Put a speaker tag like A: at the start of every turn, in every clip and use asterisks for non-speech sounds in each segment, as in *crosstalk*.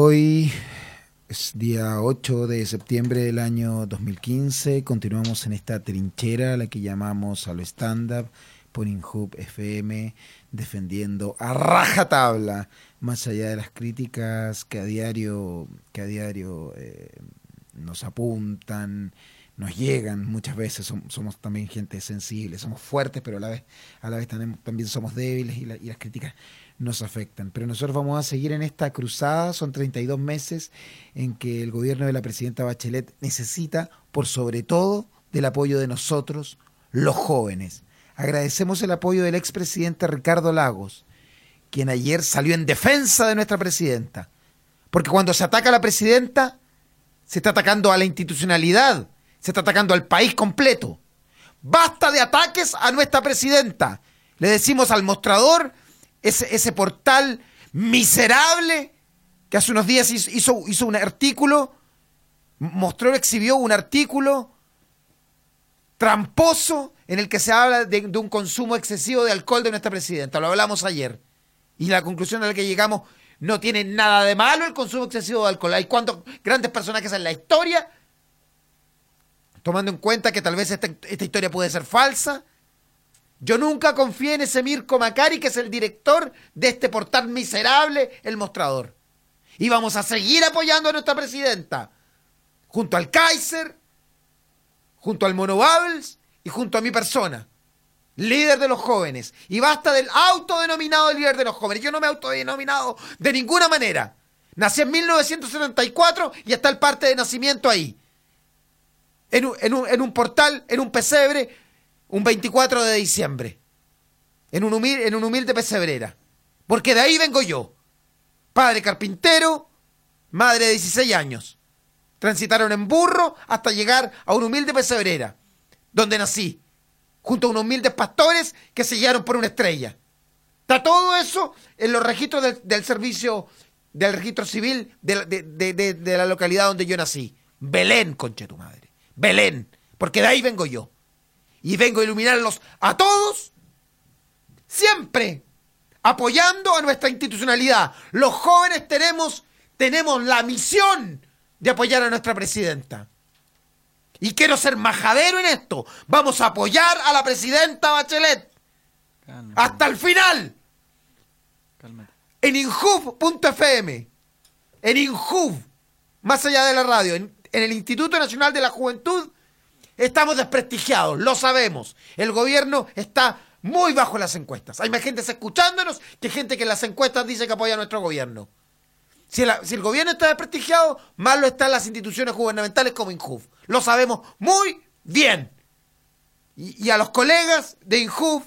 A: Hoy es día 8 de septiembre del año 2015. Continuamos en esta trinchera, la que llamamos a lo stand-up, por Inhub FM, defendiendo a rajatabla, más allá de las críticas que a diario, que a diario eh, nos apuntan, nos llegan muchas veces. Som- somos también gente sensible, somos fuertes, pero a la vez, a la vez también, también somos débiles y, la- y las críticas nos afectan. Pero nosotros vamos a seguir en esta cruzada. Son 32 meses en que el gobierno de la presidenta Bachelet necesita, por sobre todo, del apoyo de nosotros, los jóvenes. Agradecemos el apoyo del expresidente Ricardo Lagos, quien ayer salió en defensa de nuestra presidenta. Porque cuando se ataca a la presidenta, se está atacando a la institucionalidad, se está atacando al país completo. Basta de ataques a nuestra presidenta. Le decimos al mostrador, ese, ese portal miserable que hace unos días hizo, hizo, hizo un artículo, mostró, exhibió un artículo tramposo en el que se habla de, de un consumo excesivo de alcohol de nuestra presidenta. Lo hablamos ayer. Y la conclusión a la que llegamos, no tiene nada de malo el consumo excesivo de alcohol. Hay cuantos grandes personajes en la historia, tomando en cuenta que tal vez esta, esta historia puede ser falsa. Yo nunca confié en ese Mirko Macari, que es el director de este portal miserable, El Mostrador. Y vamos a seguir apoyando a nuestra presidenta, junto al Kaiser, junto al Mono Babels y junto a mi persona, líder de los jóvenes. Y basta del autodenominado líder de los jóvenes. Yo no me he autodenominado de ninguna manera. Nací en 1974 y está el parte de nacimiento ahí. En un, en un- en un portal, en un pesebre, un 24 de diciembre. En un, humil- en un humilde pesebrera. Porque de ahí vengo yo. Padre carpintero, madre de 16 años. Transitaron en burro hasta llegar a una humilde pesebrera, donde nací, junto a unos humildes pastores que sellaron por una estrella. Está todo eso en los registros del, del servicio, del registro civil de, la- de- de- de- de la localidad donde yo nací. Belén, conche tu madre. Belén, porque de ahí vengo yo. Y vengo a iluminarlos a todos, siempre apoyando a nuestra institucionalidad. Los jóvenes tenemos, tenemos la misión de apoyar a nuestra presidenta. Y quiero ser majadero en esto. Vamos a apoyar a la presidenta Bachelet
B: Cálmate,
A: hasta el final.
B: cálmate.
A: en injub.fm, en injub, más allá de la radio, en, en el Instituto Nacional de la Juventud, estamos desprestigiados, lo sabemos. El gobierno está muy bajo en las encuestas. Hay más gente escuchándonos que gente que en las encuestas dice que apoya a nuestro gobierno. Si el, si el gobierno está desprestigiado, más lo están las instituciones gubernamentales como INJUV. Lo sabemos muy bien. Y, y a los colegas de INJUV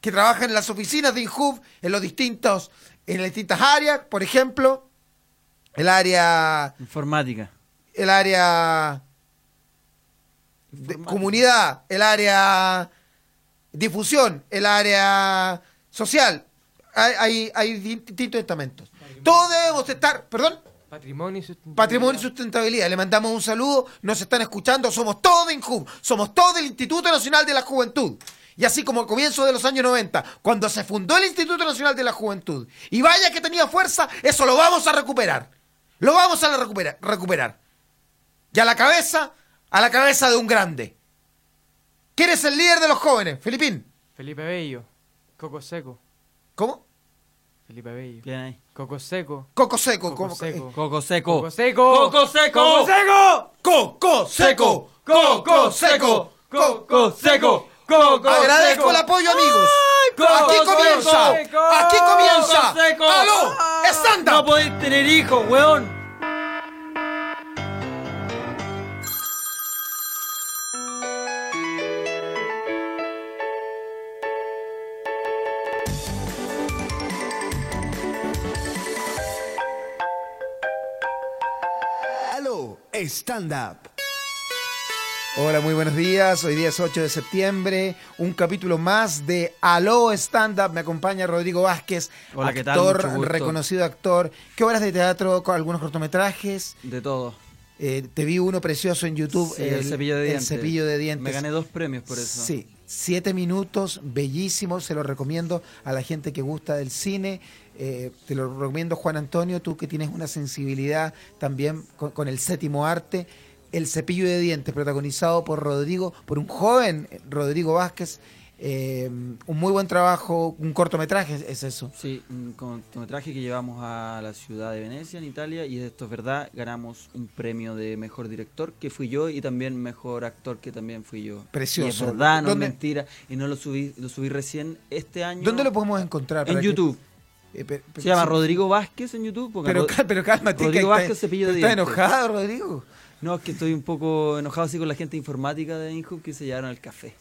A: que trabajan en las oficinas de INJUV, en los distintos, en las distintas áreas, por ejemplo, el área,
B: Informática.
A: el área de
B: Informática.
A: comunidad, el área difusión, el área social. Hay, hay, hay distintos estamentos. Todos debemos estar, perdón,
C: Patrimonio y sustentabilidad.
A: Patrimonio y Sustentabilidad. Le mandamos un saludo, nos están escuchando, somos todos de INJUB, somos todos del Instituto Nacional de la Juventud. Y así como al comienzo de los años 90, cuando se fundó el Instituto Nacional de la Juventud, y vaya que tenía fuerza, eso lo vamos a recuperar. Lo vamos a recuperar. recuperar. Y a la cabeza, a la cabeza de un grande. ¿Quién es el líder de los jóvenes? Filipín.
C: Felipe Bello. Coco Seco.
A: ¿Cómo?
C: Felipe Bello.
B: Bien ahí.
C: Coco Seco.
A: Coco Seco.
C: Coco
A: ¿cómo?
C: Seco.
B: Coco seco.
C: Coco Seco.
B: Oh. Coco seco.
C: Coco Seco.
A: Coco Seco. Coco Seco.
C: Coco Seco. Coco
A: Agradezco el apoyo, amigos.
B: Coco
A: aquí comienza.
C: Seco!
A: Aquí comienza.
B: Coco Seco! Ah.
A: ¡Aló! ¡Stand
B: No
A: up!
B: podéis tener hijos, weón.
D: Aló, stand up.
A: Hola, muy buenos días. Hoy día es 8 de septiembre. Un capítulo más de Aló Stand Up. Me acompaña Rodrigo Vázquez,
B: Hola, ¿qué tal?
A: actor,
B: Mucho gusto.
A: reconocido actor. ¿Qué obras de teatro? Con algunos cortometrajes.
B: De todo.
A: Eh, te vi uno precioso en YouTube.
B: Sí, eh, el, cepillo de
A: el
B: dientes.
A: cepillo de dientes.
B: Me gané dos premios por eso.
A: Sí, siete minutos, bellísimo, se lo recomiendo a la gente que gusta del cine. Eh, te lo recomiendo, Juan Antonio, tú que tienes una sensibilidad también con, con el séptimo arte. El cepillo de dientes, protagonizado por Rodrigo, por un joven eh, Rodrigo Vázquez. Eh, un muy buen trabajo, un cortometraje es- es eso.
B: Sí, mm, un cortometraje que llevamos a la ciudad de Venecia, en Italia, y esto es verdad, ganamos un premio de mejor director, que fui yo, y también mejor actor, que también fui yo.
A: Precioso.
B: Y es verdad, no es
A: ¿Dónde-
B: mentira. Y no lo subí, lo subí recién este año.
A: ¿Dónde lo podemos encontrar?
B: En
A: para que-
B: YouTube.
A: Eh, pe- pe-
B: Se llama
A: sí.
B: Rodrigo Vázquez en YouTube. porque
A: Pero,
B: Rod-
A: cal- pero cálmate, que
B: Rodrigo
A: está-
B: Vázquez cepillo de
A: ¿Está
B: dientes.
A: enojado, Rodrigo?
B: No, es que estoy un poco enojado así con la gente informática de InHub que se llevaron el café.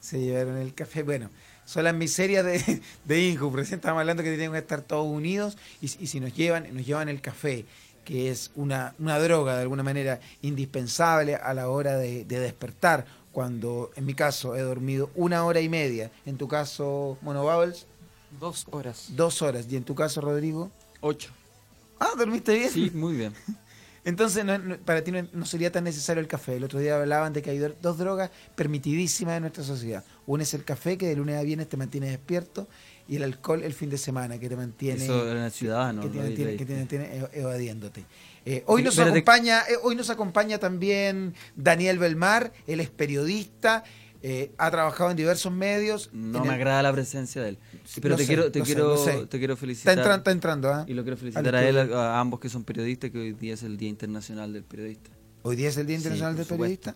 A: Se llevaron el café. Bueno, son las miserias de, *laughs* de Inju. Recién estábamos hablando que tenemos que estar todos unidos y, si- y si nos llevan, nos llevan el café, que es una, una droga de alguna manera indispensable a la hora de, de despertar. Cuando en mi caso he dormido una hora y media, en tu caso, Mono Bubbles,
C: Dos horas.
A: dos horas, y en tu caso, Rodrigo.
B: Ocho.
A: Ah, dormiste bien.
B: Sí, muy
A: *laughs*
B: bien.
A: Entonces, no- no- para ti no, no sería tan necesario el café. El otro día hablaban de que hay do- dos drogas permitidísimas en nuestra sociedad. Una es el café, que de lunes a viernes te mantiene despierto, y el alcohol el fin de semana, que te mantiene,
B: Eso era en el ciudadano.
A: que
B: lo
A: te
B: leí,
A: mantiene-
B: leí.
A: que te mantiene ev- evadiéndote. Eh, hoy, nos
B: Espérate.
A: acompaña, eh, hoy nos acompaña también Daniel Belmar, él es periodista, eh, ha trabajado en diversos medios.
B: No
A: en
B: me
A: el-
B: agrada la presencia de él. Pero
A: Lo
B: te,
A: sé,
B: quiero, te,
A: lo sé,
B: quiero,
A: lo sé.
B: te quiero
A: Está
B: felicitar.
A: entrando, está entrando, ¿ah?
B: Y lo quiero felicitar a él, a, a ambos que son periodistas, que hoy día es el Día Internacional del Periodista.
A: Hoy día es el Día
B: Sí,
A: Internacional
B: por
A: del
B: supuesto.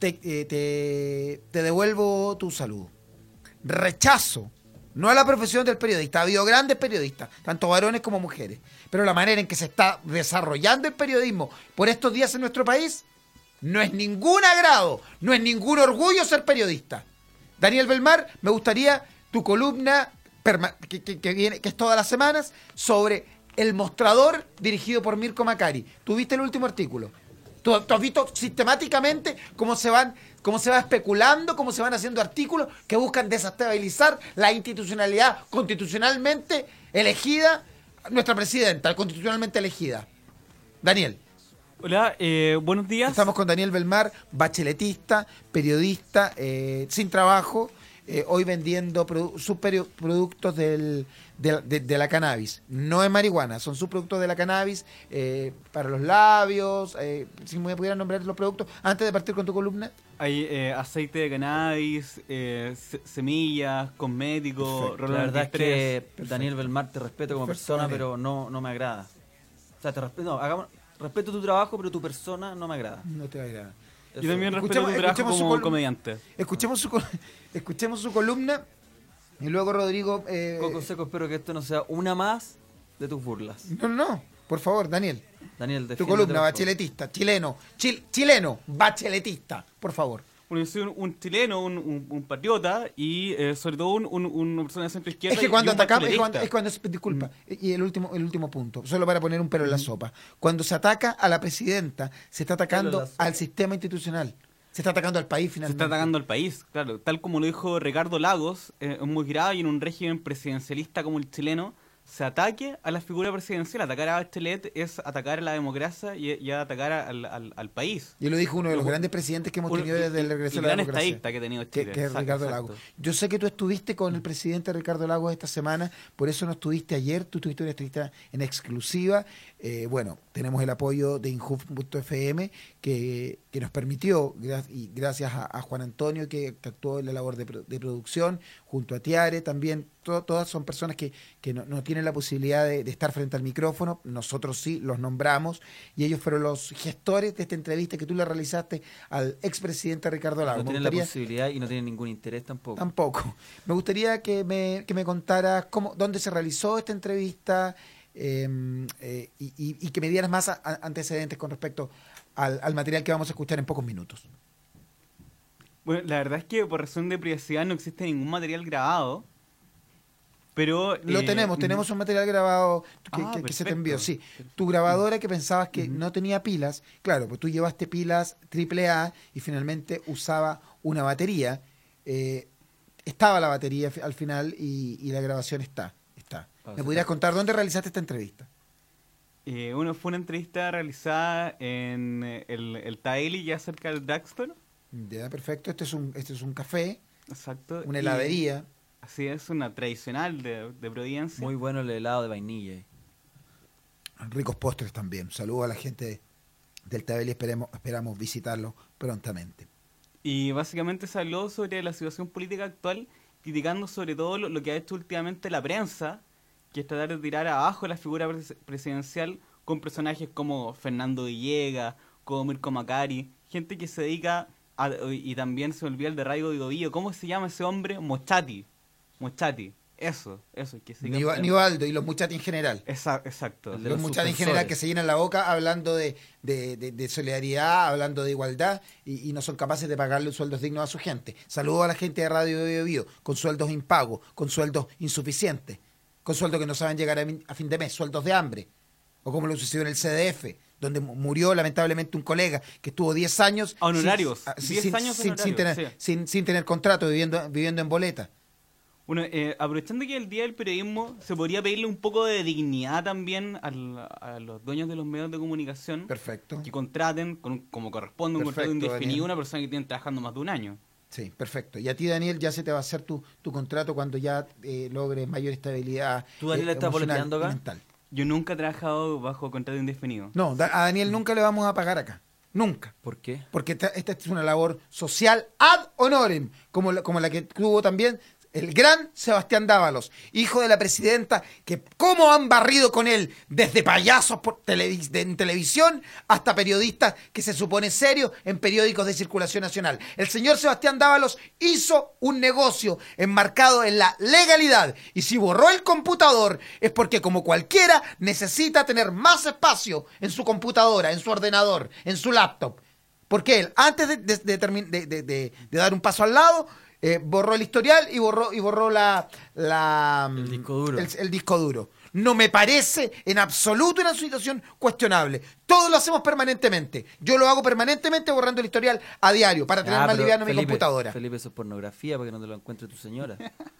A: Periodista. Te, eh, te- te devuelvo tu saludo. Rechazo. No a la profesión del periodista. Ha habido grandes periodistas, tanto varones como mujeres. Pero la manera en que se está desarrollando el periodismo por estos días en nuestro país, no es ningún agrado, no es ningún orgullo ser periodista. Daniel Belmar, me gustaría tu columna perma- que, que- que viene, que es todas las semanas, sobre El Mostrador dirigido por Mirko Macari. ¿Tuviste el último artículo? ¿Tú, tú has visto sistemáticamente cómo se van cómo se va especulando, cómo se van haciendo artículos que buscan desestabilizar la institucionalidad constitucionalmente elegida, nuestra presidenta, constitucionalmente elegida. Daniel.
C: Hola, eh, buenos días.
A: Estamos con Daniel Belmar, bacheletista, periodista, eh, sin trabajo, eh, hoy vendiendo produ- sus perio- productos del- de, de- de la cannabis. No es marihuana, son sus productos de la cannabis eh, para los labios. eh, si me pudieran nombrar los productos, antes de partir con tu columna.
E: Hay eh, aceite de cannabis, eh, se- semillas, cosméticos,
A: Perfecto.
E: rolón
B: La verdad es que
E: 23.
B: Daniel Belmar te respeto como
A: Perfecto,
B: persona,
A: Daniel.
B: pero no, no me agrada. O sea, te respeto, no, hagamos- respeto tu trabajo, pero tu persona no me agrada.
A: No te va a agradar.
B: Eso.
E: Yo también respeto
A: Escuchemos-
E: tu trabajo
A: escuchemos su
E: como
A: colu-
E: comediante.
A: Escuchemos su, col- escuchemos su columna y luego Rodrigo. eh,
B: Coco Seco, espero que esto no sea una más de tus burlas.
A: no, no, por favor, Daniel.
B: Daniel,
A: Tu
B: defiéndete, por
A: columna,
B: favor.
A: bacheletista, chileno, chil- chileno, bacheletista, por favor.
E: Bueno, yo soy un, un chileno, un, un- un patriota y eh, sobre todo un, un- una persona de centro izquierda.
A: Es que cuando atacamos, es cuando,
E: atacamos
A: es cuando- disculpa, y el último, el último punto, solo para poner un pelo en la sopa. Cuando se ataca a la presidenta, se está
B: Pelo en
A: atacando
B: la sopa.
A: al sistema institucional, se está atacando al país
E: Se
A: finalmente.
E: está atacando al país, claro. Tal como lo dijo Ricardo Lagos, eh, es muy grave y en un régimen presidencialista como el chileno, se ataque a la figura presidencial. Atacar a Bachelet es atacar a la democracia y, y atacar al, al- al país.
A: Y lo dijo uno de los
E: Uno-
A: grandes presidentes que hemos
E: Un-
A: tenido desde el regreso a la
E: gran
A: democracia.
E: estadista que ha tenido
A: que,
E: Chile.
A: que es
E: Exacto,
A: Ricardo
E: exacto.
A: Lagos. Yo sé que tú estuviste con el presidente Ricardo Lagos esta semana, por eso no estuviste ayer, tú estuviste en una entrevista en exclusiva. Eh, bueno, tenemos el apoyo de Injuf.fm que, que nos permitió, gra- y gracias a, a Juan Antonio que, que actuó en la labor de, pro- de producción, junto a Tiare también, to- todas son personas que, que no, no tienen la posibilidad de, de estar frente al micrófono, nosotros sí los nombramos, y ellos fueron los gestores de esta entrevista que tú le realizaste al expresidente Ricardo
B: No
A: Lagos. Me
B: tienen la
A: gustaría-
B: posibilidad y no tienen ningún interés tampoco.
A: Tampoco. Me gustaría que me, que me contaras cómo, dónde se realizó esta entrevista eh, eh, y, y- y que me dieras más a- a- antecedentes con respecto al, al material que vamos a escuchar en pocos minutos.
E: Bueno, la verdad es que por razón de privacidad no existe ningún material grabado. Pero.
A: Lo
E: eh,
A: tenemos,
E: mm,
A: tenemos un material grabado que,
E: Ah,
A: que- que se te
E: perfecto.
A: envió. Sí, tu grabadora que pensabas que no tenía pilas, claro, pues tú llevaste pilas AAA y finalmente usaba una batería. Eh, estaba la batería fi- al final y, y la grabación está. está.
B: Ah,
A: ¿Me
B: sí.
A: pudieras contar dónde realizaste esta entrevista?
E: eh, bueno, fue una entrevista realizada en eh, el, el Taeli, ya cerca del Daxton.
A: Ya, perfecto. Este es un, este es un café,
E: Exacto.
A: una
E: y-
A: heladería.
E: Así es, una tradicional de, de Providencia.
B: Muy bueno el helado de vainilla.
A: Ricos postres también. Saludos a la gente del Tabel y esperemos, esperamos visitarlo prontamente.
E: Y básicamente se habló sobre la situación política actual, criticando sobre todo lo, lo que ha hecho últimamente la prensa, que es tratar de tirar abajo la figura pres- presidencial con personajes como Fernando Villegas, como Mirko Macari, gente que se dedica a, y también se me olvida el de Raigo Digovillo, ¿cómo se llama ese hombre? Mochati, Mochati, eso, eso, que se dedica
A: Niva-
E: a-
A: Nivaldo y los muchachos en general.
E: Esa- Exacto.
B: El de
A: Los
B: los
A: muchachos en general
B: suspensores.
A: que se llenan la boca hablando de, de- de- de solidaridad, hablando de igualdad y, y no son capaces de pagarle sueldos dignos a su gente. Saludo a la gente de Radio Bio Bio, con sueldos impagos, con sueldos insuficientes, con sueldos que no saben llegar a, min- a fin de mes, sueldos de hambre. O como lo sucedió en el CDF, donde mu- murió lamentablemente un colega que estuvo 10 años. sin-
E: Honorarios,
A: ah, sin,
E: 10
A: sin-
E: años
A: sin- sin
E: honorarios,
A: tener,
E: sí.
A: sin- sin tener contrato, viviendo, viviendo en boleta.
E: Bueno, eh, aprovechando que el Día del Periodismo se podría pedirle un poco de dignidad también al- a los dueños de los medios de comunicación
A: Perfecto.
E: que contraten con- como corresponde un contrato
A: Perfecto,
E: indefinido a
A: Daniel.
E: una persona que tiene trabajando más de un año.
A: Sí, perfecto. Y a ti, Daniel, ya se te va a hacer tu, tu contrato cuando ya eh, logres mayor estabilidad.
B: ¿Tú, Daniel,
A: eh,
B: estás
A: emocional
B: boleteando acá?
A: y mental.
E: Yo nunca he trabajado bajo contrato indefinido.
A: No, da- a Daniel nunca le vamos a pagar acá. Nunca.
B: ¿Por qué?
A: Porque esta, esta es una labor social ad honorem, como la, como la que tuvo también el gran Sebastián Dávalos, hijo de la presidenta, que cómo han barrido con él, desde payasos por televis- de- en televisión hasta periodistas que se supone serios en periódicos de circulación nacional. El señor Sebastián Dávalos hizo un negocio enmarcado en la legalidad y si borró el computador es porque como cualquiera necesita tener más espacio en su computadora, en su ordenador, en su laptop. Porque él, antes de, de- de termin- de- de- de- de dar un paso al lado, eh, borró el historial y borró, y borró la, la- mm,
B: El disco duro.
A: el- el disco duro. No me parece en absoluto una situación cuestionable. Todos lo hacemos permanentemente. Yo lo hago permanentemente borrando el historial a diario para tener
B: Ah,
A: más
B: pero
A: liviano mi
B: Felipe,
A: computadora.
B: Felipe, eso es pornografía para que no te lo encuentre tu señora.
A: *laughs*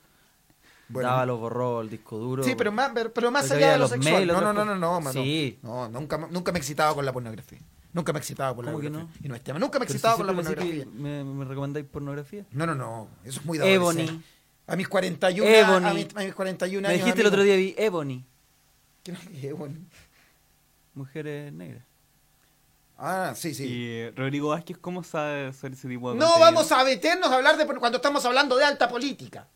A: Bueno.
B: Daba los borró el disco duro.
A: Sí, pero más, pero- pero más
B: Porque
A: allá
B: había
A: de lo
B: los
A: sexual.
B: mails,
A: No, no,
B: otras
A: no, no, no,
B: cosas.
A: no.
B: Sí.
A: No, nunca, nunca me he excitado con la pornografía. Nunca me he excitado con la
B: ¿Cómo que
A: pornografía.
B: no?
A: Y no es tema. Nunca me he
B: Pero si
A: excitado con la
B: siempre me decís
A: pornografía.
B: que ¿Me, me recomendáis pornografía?
A: No, no, no. Eso es muy de
B: Ebony.
A: adolescente. A mis 41
B: Ebony.
A: A, mis, a mis
B: Me
A: 41 años.
B: dijiste el otro
A: amigo.
B: día vi Ebony,
A: ¿Qué no es Ebony?
B: mujeres negras.
A: Ah, sí, sí.
E: Y eh, Rodrigo Vázquez, ¿cómo sabe sobre ese tipo de
A: No vamos a meternos a hablar de cuando estamos hablando de alta política.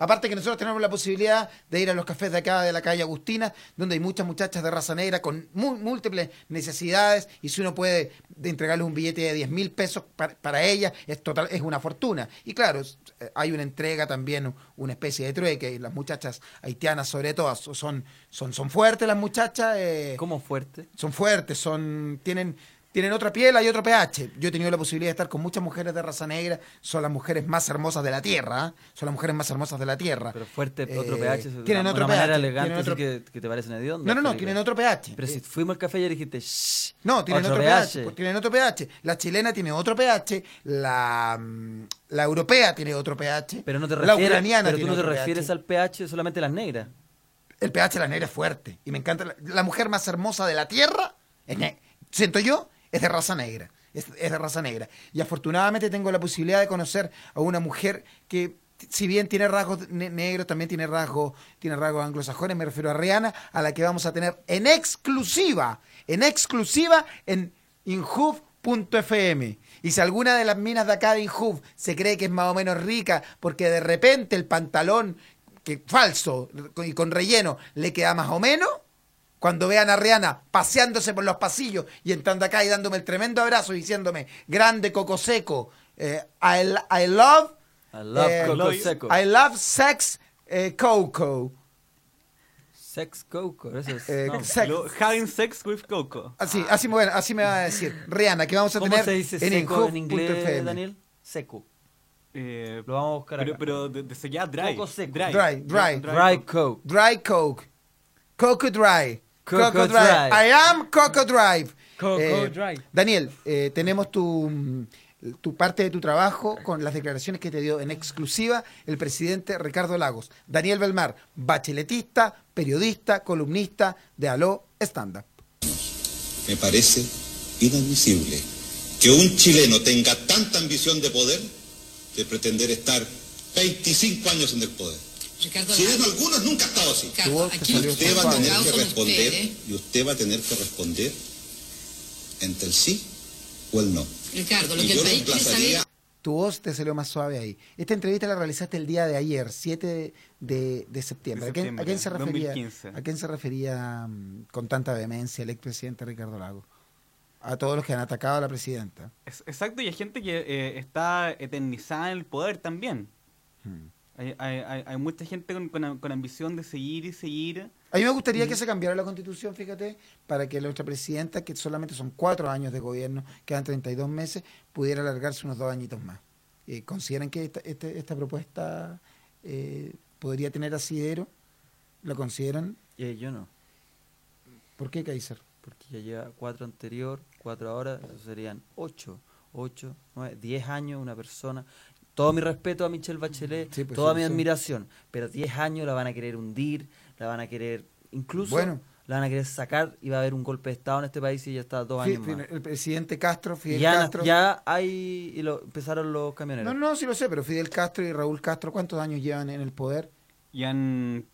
A: Aparte que nosotros tenemos la posibilidad de ir a los cafés de acá de la calle Agustina, donde hay muchas muchachas de raza negra con mu- múltiples necesidades, y si uno puede de entregarles un billete de 10 mil pesos para, para ellas, es, total, es una fortuna. Y claro, es- eh, hay una entrega también, una especie de trueque, y las muchachas haitianas sobre todo so- son, son, son fuertes las muchachas. eh,
B: ¿Cómo fuerte?
A: son fuertes, son tienen tienen otra piel, hay otro pH. Yo he tenido la posibilidad de estar con muchas mujeres de raza negra, son las mujeres más hermosas de la tierra, ¿ah? son las mujeres más hermosas de la tierra.
B: Pero fuerte,
A: Eh,
B: otro pH. de
A: tienen
B: una,
A: otro
B: una manera
A: pH,
B: elegante
A: tienen
B: así
A: otro-
B: que, que te parecen hediondas.
A: No, no, no,
B: Felipe.
A: tienen otro pH.
B: Pero si
A: Eh,
B: fuimos al café y dijiste, shh.
A: no, tienen otro, pH. pues, Tienen otro pH. La chilena tiene otro pH. La, mm, la europea tiene otro pH.
B: Pero no te
A: la
B: refieres,
A: ucraniana
B: pero tú
A: tiene
B: no te
A: otro
B: refieres
A: pH.
B: al pH solamente las negras.
A: El pH de la negra es fuerte. Y me encanta. La, la mujer más hermosa de la tierra, es ne- siento yo, es de raza negra. Es, es de raza negra. Y afortunadamente tengo la posibilidad de conocer a una mujer que, si bien tiene rasgos ne- negros, también tiene rasgos, tiene rasgos anglosajones. Me refiero a Rihanna, a la que vamos a tener en exclusiva, en exclusiva en Inhub.fm. Y si alguna de las minas de acá de Inhub se cree que es más o menos rica, porque de repente el pantalón que falso y con relleno le queda más o menos. Cuando vean a Rihanna paseándose por los pasillos y entrando acá y dándome el tremendo abrazo y diciéndome, grande coco seco, eh, I, l- I love,
B: I love
A: eh,
B: Coco Seco.
A: I love sex eh, coco.
B: Sex Coco. Eso es.
A: Eh,
B: no.
A: sex-
E: Lo- having sex with Coco.
A: Así, así, me van- así me va a decir Rihanna, que vamos a
B: ¿Cómo
A: tener
B: se dice
A: en
B: seco en inglés,
A: inhub.fm.
B: Daniel? Seco.
E: Eh,
B: Lo vamos a buscar
E: pero,
B: acá.
E: pero de, de sería dry.
B: Coco seco.
E: Dry.
A: Dry, dry.
B: Dry Coke.
A: Dry Coke. Coco Dry. Coco,
B: Coco
A: Drive.
B: Drive.
A: I am Coco Drive.
C: Coco Drive.
A: Daniel, eh, tenemos tu, mm, tu parte de tu trabajo con las declaraciones que te dio en exclusiva el presidente Ricardo Lagos. Daniel Belmar, bacheletista, periodista, columnista de Aló Stand Up.
F: Me parece inadmisible que un chileno tenga tanta ambición de poder de pretender estar 25 años en el poder.
G: Ricardo
F: Si
G: Lago.
F: eso algunos nunca ha estado así.
A: Tu voz
G: Ricardo,
A: te
G: aquí
F: Y
A: salió
F: usted va a tener que
G: aplauso
F: responder,
G: usted, ¿eh?
F: y usted va a tener que responder entre el sí o el no.
G: Ricardo, lo
F: Y
G: que
F: yo
G: el
F: lo
G: país quiere saber
F: emplazaría
A: Tu voz te salió más suave ahí. Esta entrevista la realizaste el día de ayer, 7 de, de septiembre.
E: De
A: ¿A quién- ¿A, quién, se
E: septiembre,
A: refería,
E: 2015.
A: ¿A quién se refería mm, con tanta vehemencia el expresidente Ricardo Lago? A todos los que han atacado a la presidenta.
E: Es- exacto, y hay gente que eh, está eternizada en el poder también.
A: Hmm.
E: Hay, hay- hay- hay mucha gente con, con- con ambición de seguir y seguir.
A: A mí me gustaría que se cambiara la constitución, fíjate, para que nuestra presidenta, que solamente son cuatro años de gobierno, quedan 32 meses, pudiera alargarse unos dos añitos más. Eh, ¿Consideran que esta, este- esta propuesta eh, podría tener asidero? ¿La consideran?
B: Eh, yo no,
A: ¿Por qué, Kaiser?
B: porque ya lleva cuatro anterior, cuatro ahora, eso serían ocho, ocho, nueve, diez años una persona. Todo mi respeto a Michelle Bachelet,
A: Sí, pues,
B: toda
A: sí,
B: mi
A: sí.
B: admiración, pero diez años la van a querer hundir, la van a querer, incluso
A: Bueno.
B: la van a querer sacar y va a haber un golpe de Estado en este país y ya está dos
A: Fi-
B: años
A: fi-
B: más.
A: El presidente Castro, Fidel
B: ya, na-
A: Castro.
B: ya hay, y lo, empezaron los camioneros.
A: No, no, sí lo sé, pero Fidel Castro y Raúl Castro, ¿cuántos años llevan en el poder?
E: Y han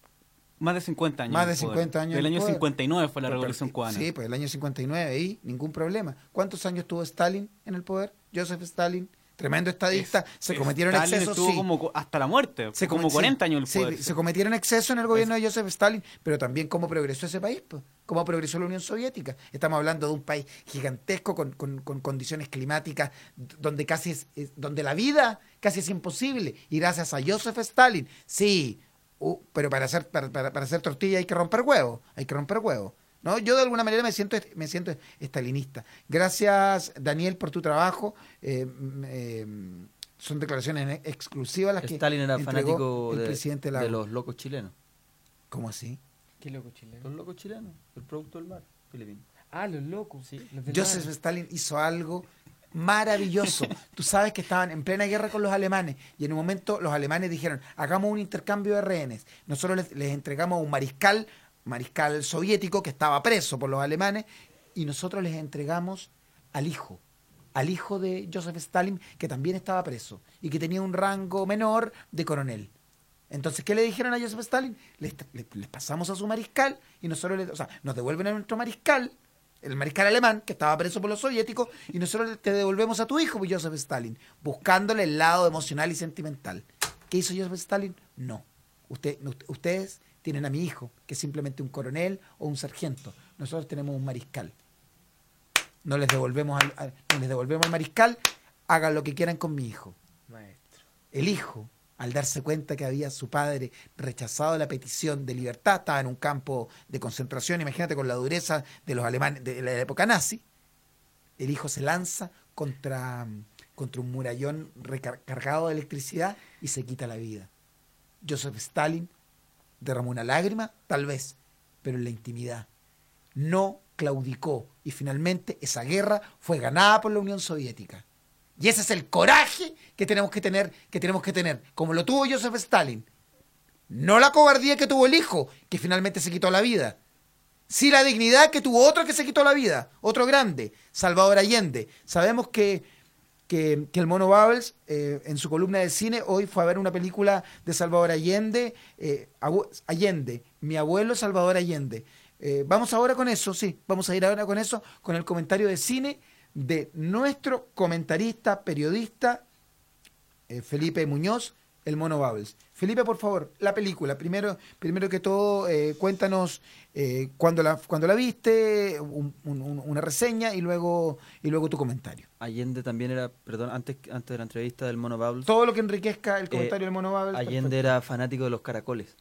E: más de 50 años.
A: Más
E: en
A: de
E: el poder.
A: 50 años en
E: Del
A: el
E: año
A: poder.
E: 59 fue la revolución cubana.
A: Sí, pues el año 59 y ningún problema. ¿Cuántos años tuvo Stalin en el poder? Joseph Stalin, tremendo estadista, se cometieron
E: Stalin
A: excesos,
E: estuvo
A: sí.
E: como co- hasta la muerte,
A: Se
E: como
A: come-
E: 40
A: sí,
E: años en el
A: sí,
E: poder.
A: Se cometieron excesos en el gobierno de Joseph Stalin, pero también cómo progresó ese país, pues, cómo progresó la Unión Soviética. Estamos hablando de un país gigantesco con, con- con condiciones climáticas d- donde casi es, es- donde la vida casi es imposible. Y gracias a Joseph Stalin, sí, uh, pero para hacer, para, para- para hacer tortilla hay que romper huevos, hay que romper huevos. ¿No? Yo de alguna manera me siento est- me siento estalinista. Gracias, Daniel, por tu trabajo. Eh, m- eh, son declaraciones ex- exclusivas las que
B: Stalin era
A: entregó
B: fanático
A: el
B: de,
A: presidente
B: de
A: Lago.
B: los locos chilenos.
A: ¿Cómo así?
H: Qué loco chileno.
B: Los locos chilenos, el producto del mar, Filipino.
H: Ah, los locos.
B: Sí.
H: Los del
A: Joseph
H: mar.
A: Stalin hizo algo
B: *laughs*
A: maravilloso. Tú sabes que estaban en plena guerra con los alemanes y en un momento los alemanes dijeron, hagamos un intercambio de rehenes. Nosotros les, les entregamos a un mariscal, mariscal soviético que estaba preso por los alemanes y nosotros les entregamos al hijo, al hijo de Joseph Stalin que también estaba preso y que tenía un rango menor de coronel. Entonces, ¿qué le dijeron a Joseph Stalin? Les, le- les pasamos a su mariscal y nosotros le- o sea, nos devuelven a nuestro mariscal, el mariscal alemán, que estaba preso por los soviéticos, y nosotros le- te devolvemos a tu hijo, pues, Joseph Stalin, buscándole el lado emocional y sentimental. ¿Qué hizo Joseph Stalin? No. Usted, no- ustedes tienen a mi hijo, que es simplemente un coronel o un sargento. Nosotros tenemos un mariscal. No les devolvemos al, al- no les devolvemos al mariscal, hagan lo que quieran con mi hijo.
H: Maestro.
A: El hijo, al darse cuenta que había su padre rechazado la petición de libertad, estaba en un campo de concentración, imagínate con la dureza de los alemanes de la época nazi, el hijo se lanza contra, contra un murallón recar- cargado de electricidad y se quita la vida. Joseph Stalin derramó una lágrima, tal vez, pero en la intimidad. No claudicó y finalmente esa guerra fue ganada por la Unión Soviética. Y ese es el coraje que tenemos que tener, que tenemos que tener, como lo tuvo Joseph Stalin. No la cobardía que tuvo el hijo, que finalmente se quitó la vida. Sí la dignidad que tuvo otro que se quitó la vida, otro grande, Salvador Allende. Sabemos que, que, que el Mono Babels, eh, en su columna de cine, hoy fue a ver una película de Salvador Allende, eh, abue- Allende, mi abuelo Salvador Allende. Eh, vamos ahora con eso, sí, vamos a ir ahora con eso, con el comentario de cine de nuestro comentarista, periodista, eh, Felipe Muñoz, el Mono Babels. Felipe, por favor, la película. Primero, primero que todo, eh, cuéntanos eh, cuándo la, cuando la viste, un- un- un- una reseña y luego, y luego tu comentario.
B: Allende también era, perdón, antes, antes de la entrevista del Mono Babels,
A: Todo lo que enriquezca el comentario del Mono Babels.
B: Allende era fanático de los caracoles.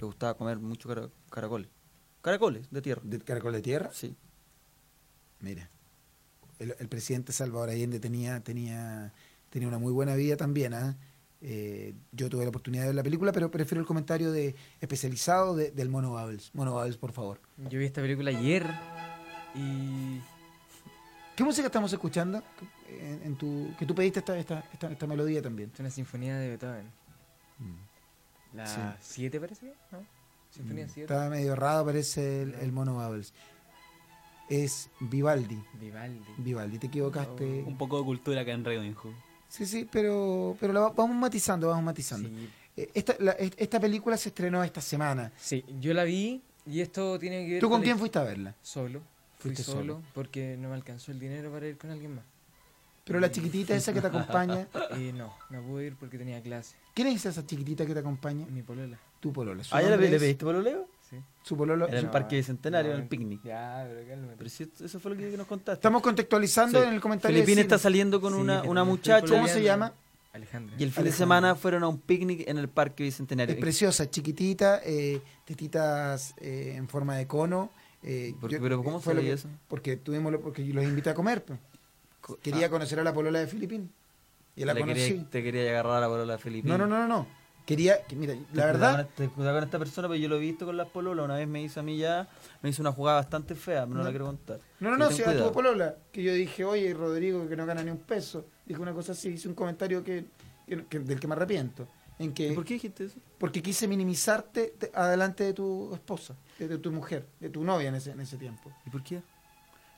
B: Le gustaba comer mucho cara- caracoles. Caracoles de tierra.
A: ¿De caracol de tierra?
B: Sí.
A: Mira, el, el presidente Salvador Allende tenía, tenía, tenía una muy buena vida también. ¿ah? Eh, yo tuve la oportunidad de ver la película, pero prefiero el comentario de, especializado de- del Mono Babels. Mono Babels, por favor.
H: Yo vi esta película ayer y
A: ¿Qué música estamos escuchando? En, en tu, que tú pediste esta, esta, esta, esta melodía también.
H: es una sinfonía de Beethoven.
A: Ah,
H: La 7 parece, ¿no?
A: Mm.
H: Sinfonía 7.
A: Está medio errado, parece el, el Mono Babels. Es Vivaldi.
H: Vivaldi.
A: Vivaldi, te equivocaste.
E: Un poco de cultura acá en Radio Inju.
A: Sí, sí, pero, pero la va- vamos matizando, vamos matizando.
H: Sí,
A: Eh, Esta, la- est- esta película se estrenó esta semana.
H: sí, yo la vi y esto tiene que ver
A: ¿Tú con
H: la
A: quién
H: his-
A: fuiste a verla?
H: Solo. Fui
A: Fuiste
H: solo,
A: solo.
H: porque no me alcanzó el dinero para ir con
A: *gasps*
H: alguien más.
A: Pero la chiquitita esa que
G: *laughs*
A: te acompaña.
H: Y no, no pude ir porque tenía clase.
A: ¿Quién es esa chiquitita que te acompaña?
H: Mi polola.
A: Tu pololo. Su
G: Ah, ya le,
A: nombre
G: le
A: es-
G: pediste pololeo.
H: Sí.
A: su pololo-
G: En el
A: su-
G: Parque Bicentenario,
H: No,
G: en el picnic.
H: Ya, pero cálmate.
G: Pero si esto- eso fue lo que nos contaste.
A: Estamos contextualizando
G: Sí.
A: en el comentario. de
G: Filipina
A: Silvia.
G: está saliendo con
H: Sí,
G: una,
H: que
G: una
H: también estoy
G: muchacha.
A: ¿Cómo se llama?
H: Alejandra.
G: Y el fin de semana Ah, fueron a un picnic en el Parque Bicentenario.
A: Es preciosa, chiquitita, eh, tetitas eh, en forma de cono. eh,
G: Porque-
A: yo-
G: pero ¿cómo
A: fue lo
G: sabía
A: que-
G: eso?
A: Porque tuvimos lo- porque yo los invité a comer. pues.
G: Co-
A: Quería conocer a la polola de Filipín. Y la
G: Le quería-
A: conocí.
G: te quería agarrar a polola Filipina.
A: No, no, no, no, no. Quería, que, mira, la verdad,
G: Te cuidaba con esta persona, pero yo lo he visto con las pololas. Una vez me hizo a mí ya, me hizo una jugada bastante fea, pero no,
A: No.
G: la quiero contar.
A: no, no,
G: Y
A: no,
G: ten
A: si era tu
G: cuidado.
A: polola, que yo dije, oye, Rodrigo, que no gana ni un peso, dijo una cosa así, hice un comentario que, que- que- del que me arrepiento, en
G: ¿Y
A: que,
G: ¿Por qué dijiste eso?
A: porque quise minimizarte te- adelante de tu esposa, de, de tu mujer, de tu novia en ese, en ese tiempo.
G: ¿Y por qué?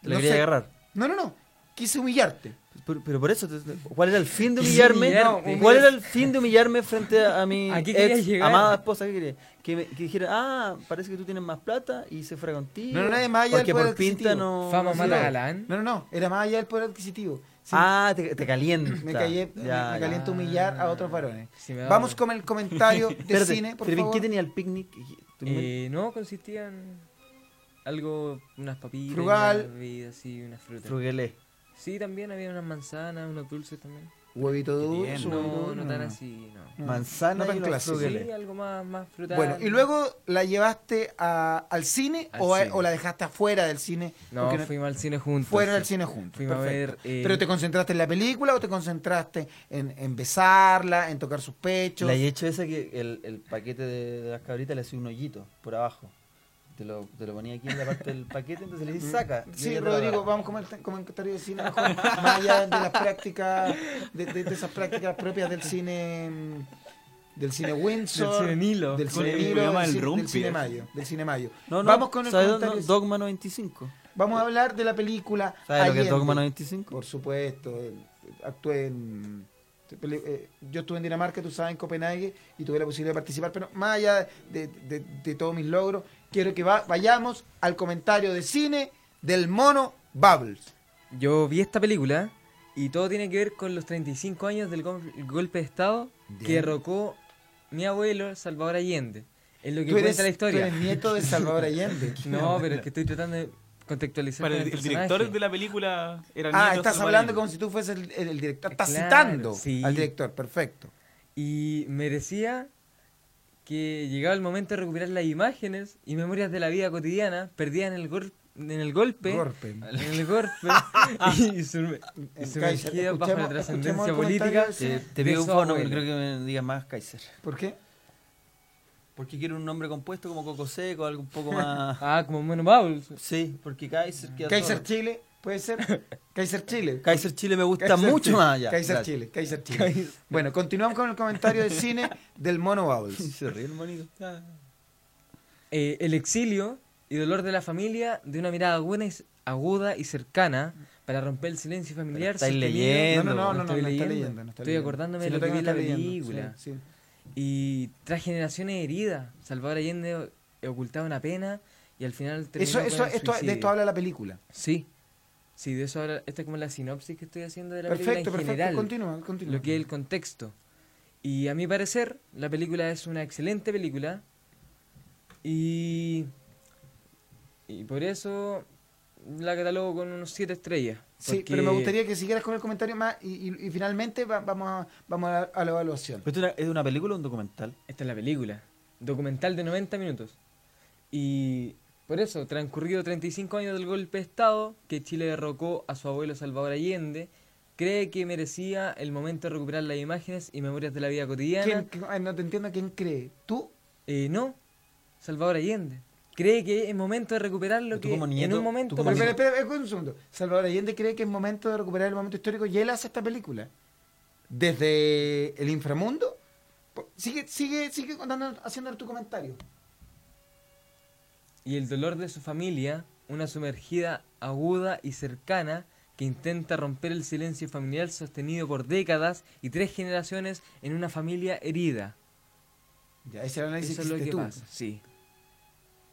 G: Te la
A: No
G: quería
A: sé.
G: agarrar.
A: No, no, no, quise humillarte.
G: Pero, pero por eso, te- ¿cuál era el
H: *laughs*
G: fin de
H: Sí,
G: humillarme?
H: humillarte.
G: ¿Cuál era el fin de humillarme frente a, a mi
H: *laughs* ¿A qué querías
G: ex
H: llegar?
G: amada esposa? ¿Qué quería? Que, me- que dijera, ah, parece que tú tienes más plata y se fuera contigo.
A: No, no, nada más allá
G: Porque
A: del poder
G: por pinta
A: adquisitivo.
G: no.
H: Fama
G: no
H: mata
G: sirve.
H: galán.
A: No, no, no, era más allá del poder adquisitivo. Sí,
G: Ah, te, te calienta.
A: me, callé, me-
G: Ya,
A: me
G: ya.
A: caliento humillar a otros varones.
H: Sí, me da
A: Vamos
H: vergüenza.
A: con el
G: *laughs*
A: comentario de
G: Espérate,
A: este cine, por
G: Filipín,
A: favor.
G: ¿qué tenía el picnic? ¿Tú me-
H: Eh, no, consistían algo, unas papitas,
A: Frugal.
H: unas bebidas, sí, unas frutas.
G: Fruguelé.
H: Sí, también había unas manzanas, unos dulces también.
A: Huevito duro,
E: Bien,
A: su
H: No,
A: huevito
H: no,
A: duro,
H: tan así, no.
A: no.
G: Manzana
A: No tan
G: y los
A: clásico.
G: fruguelé.
H: Sí, algo más, más frutal.
A: Bueno, y luego la llevaste a- al cine,
H: Al
A: o, a-
H: cine.
A: o la dejaste afuera del cine.
H: No,
A: Porque
H: fuimos al cine juntos.
A: fueron
H: sí.
A: al cine juntos.
H: Fuimos a
A: perfecto.
H: ver, eh,
A: Pero te concentraste en la película o te concentraste en, en besarla, en tocar sus pechos.
G: La he hecho esa que el, el paquete de, de las cabritas le hacía un hoyito por abajo. Te lo, te lo ponía aquí en la parte del paquete, entonces le dices saca. Y
A: Mm. Sí,
G: ella te lo
A: Rodrigo,
G: agarra.
A: vamos con el comentario de cine mejor, *laughs* más allá de las prácticas, de, de- de esas prácticas propias del cine mm, del cine Windsor,
H: Del cine Nilo.
A: del cine
E: Oye,
A: Nilo,
E: programa
A: del,
E: del
A: cin- del
E: Rumpi,
A: cine
E: eso.
A: Mayo, del cine Mayo.
G: No, no,
A: vamos con el
G: ¿sabes
A: comentario.
G: dónde? Dogma 95.
A: Vamos a hablar de la película
G: ¿Sabes lo que es
A: Allende.
G: Dogma 95?
A: Por supuesto, eh, actué en... eh, Yo estuve en Dinamarca, tú sabes, en Copenhague, y tuve la posibilidad de participar, pero más allá de, de- de todos mis logros, quiero que va- vayamos al comentario de cine del mono Bubbles.
H: Yo vi esta película y todo tiene que ver con los 35 años del gol- golpe de Estado que derrocó mi abuelo Salvador Allende. Es lo que
A: Tú eres,
H: cuenta la
A: tú
H: historia.
A: eres nieto de Salvador Allende.
H: *laughs*
A: *laughs*
H: No, pero es que estoy tratando de contextualizar.
E: Para
H: con
E: el, el director
H: personaje.
E: de la película era
A: ah,
E: Nino
A: estás
E: Salvador
A: hablando
E: Allende.
A: como si tú fueses el, el- el director. Estás
H: Claro,
A: citando
H: sí.
A: al director, perfecto.
H: Y merecía que llegaba el momento de recuperar las imágenes y memorias de la vida cotidiana perdidas en el, gor- en el golpe.
A: Gorpe.
H: En el golpe. y sur- y sumergida
A: Escuchemos-
H: bajo la
A: escuchemos el
H: trascendencia
A: comentario
H: política.
A: Eh, de cine.
G: Te, Eh, te
H: de
G: pido un
H: su
G: favor, no
H: abuelo.
G: creo que me digas más Kaiser.
A: ¿Por qué?
G: Porque quiero un nombre compuesto como Coco Seco, algo
A: *laughs*
G: un poco más.
H: Ah, como Mono Paul.
G: Sí, porque Kaiser queda
A: Kaiser
G: todo.
A: Chile, puede
H: *laughs*
A: ser. Kaiser Chile.
G: Kaiser Chile me gusta
A: Kaiser
G: mucho
A: Chile,
G: más allá.
A: Kaiser
G: Gracias.
A: Chile, Kaiser Chile. Bueno, continuamos con el comentario de cine del mono Bubbles.
G: Se ríe el monito.
A: Ah.
H: Eh, el exilio y dolor de la familia de una mirada buena y s- aguda y cercana para romper el silencio familiar.
G: estáis
H: sostenido-
G: leyendo,
A: No, no, no,
H: No
A: no, no,
H: estoy
A: no está
H: leyendo.
A: leyendo. no está
H: Estoy
A: leyendo.
H: acordándome
A: Sí,
H: de lo que
A: tengo
H: vi en la
A: acá leyendo,
H: película.
A: sí, sí.
H: Y tras generaciones heridas, Salvador Allende o- ocultaba una pena y al final terminó
A: Eso,
H: con
A: eso,
H: el
A: esto, de
H: suicidio.
A: esto habla la película.
H: Sí, sí, de eso habla. Esta es como la sinopsis que estoy haciendo de la
A: Perfecto,
H: película en
A: perfecto.
H: general,
A: Continúa, continúa.
H: lo que es el contexto. Y a mi parecer, la película es una excelente película y y por eso la catalogo con unos 7 estrellas.
A: Sí,
H: porque-
A: pero me gustaría que siguieras con el comentario más y, y- y finalmente va- vamos, a, vamos a, a la evaluación.
H: Pues,
G: ¿Pero esto era- es una película o un documental?
H: Esta es la película. Documental de 90 minutos. Y por eso, transcurrido 35 años del golpe de Estado, que Chile derrocó a su abuelo Salvador Allende, cree que merecía el momento de recuperar las imágenes y memorias de la vida cotidiana.
A: ¿Quién- quién- ay, no te entiendo quién cree. ¿Tú?
H: Eh, no, Salvador Allende. Cree que es momento de recuperar lo
G: Pero tú
H: que
G: como
H: en
G: nieto-
H: un momento...
G: tú como
A: Pero,
H: pasó.
A: espera, espera, espera un segundo. Salvador Allende cree que es momento de recuperar el momento histórico y él hace esta película. ¿Desde el inframundo? Po- Sigue, sigue, sigue contando, haciendo tu comentario.
H: y el dolor de su familia, una sumergida aguda y cercana que intenta romper el silencio familiar sostenido por décadas y tres generaciones en una familia herida.
A: Ya, ese era el análisis
H: Eso es lo
A: hiciste
H: que
A: tú.
H: pasa. Sí.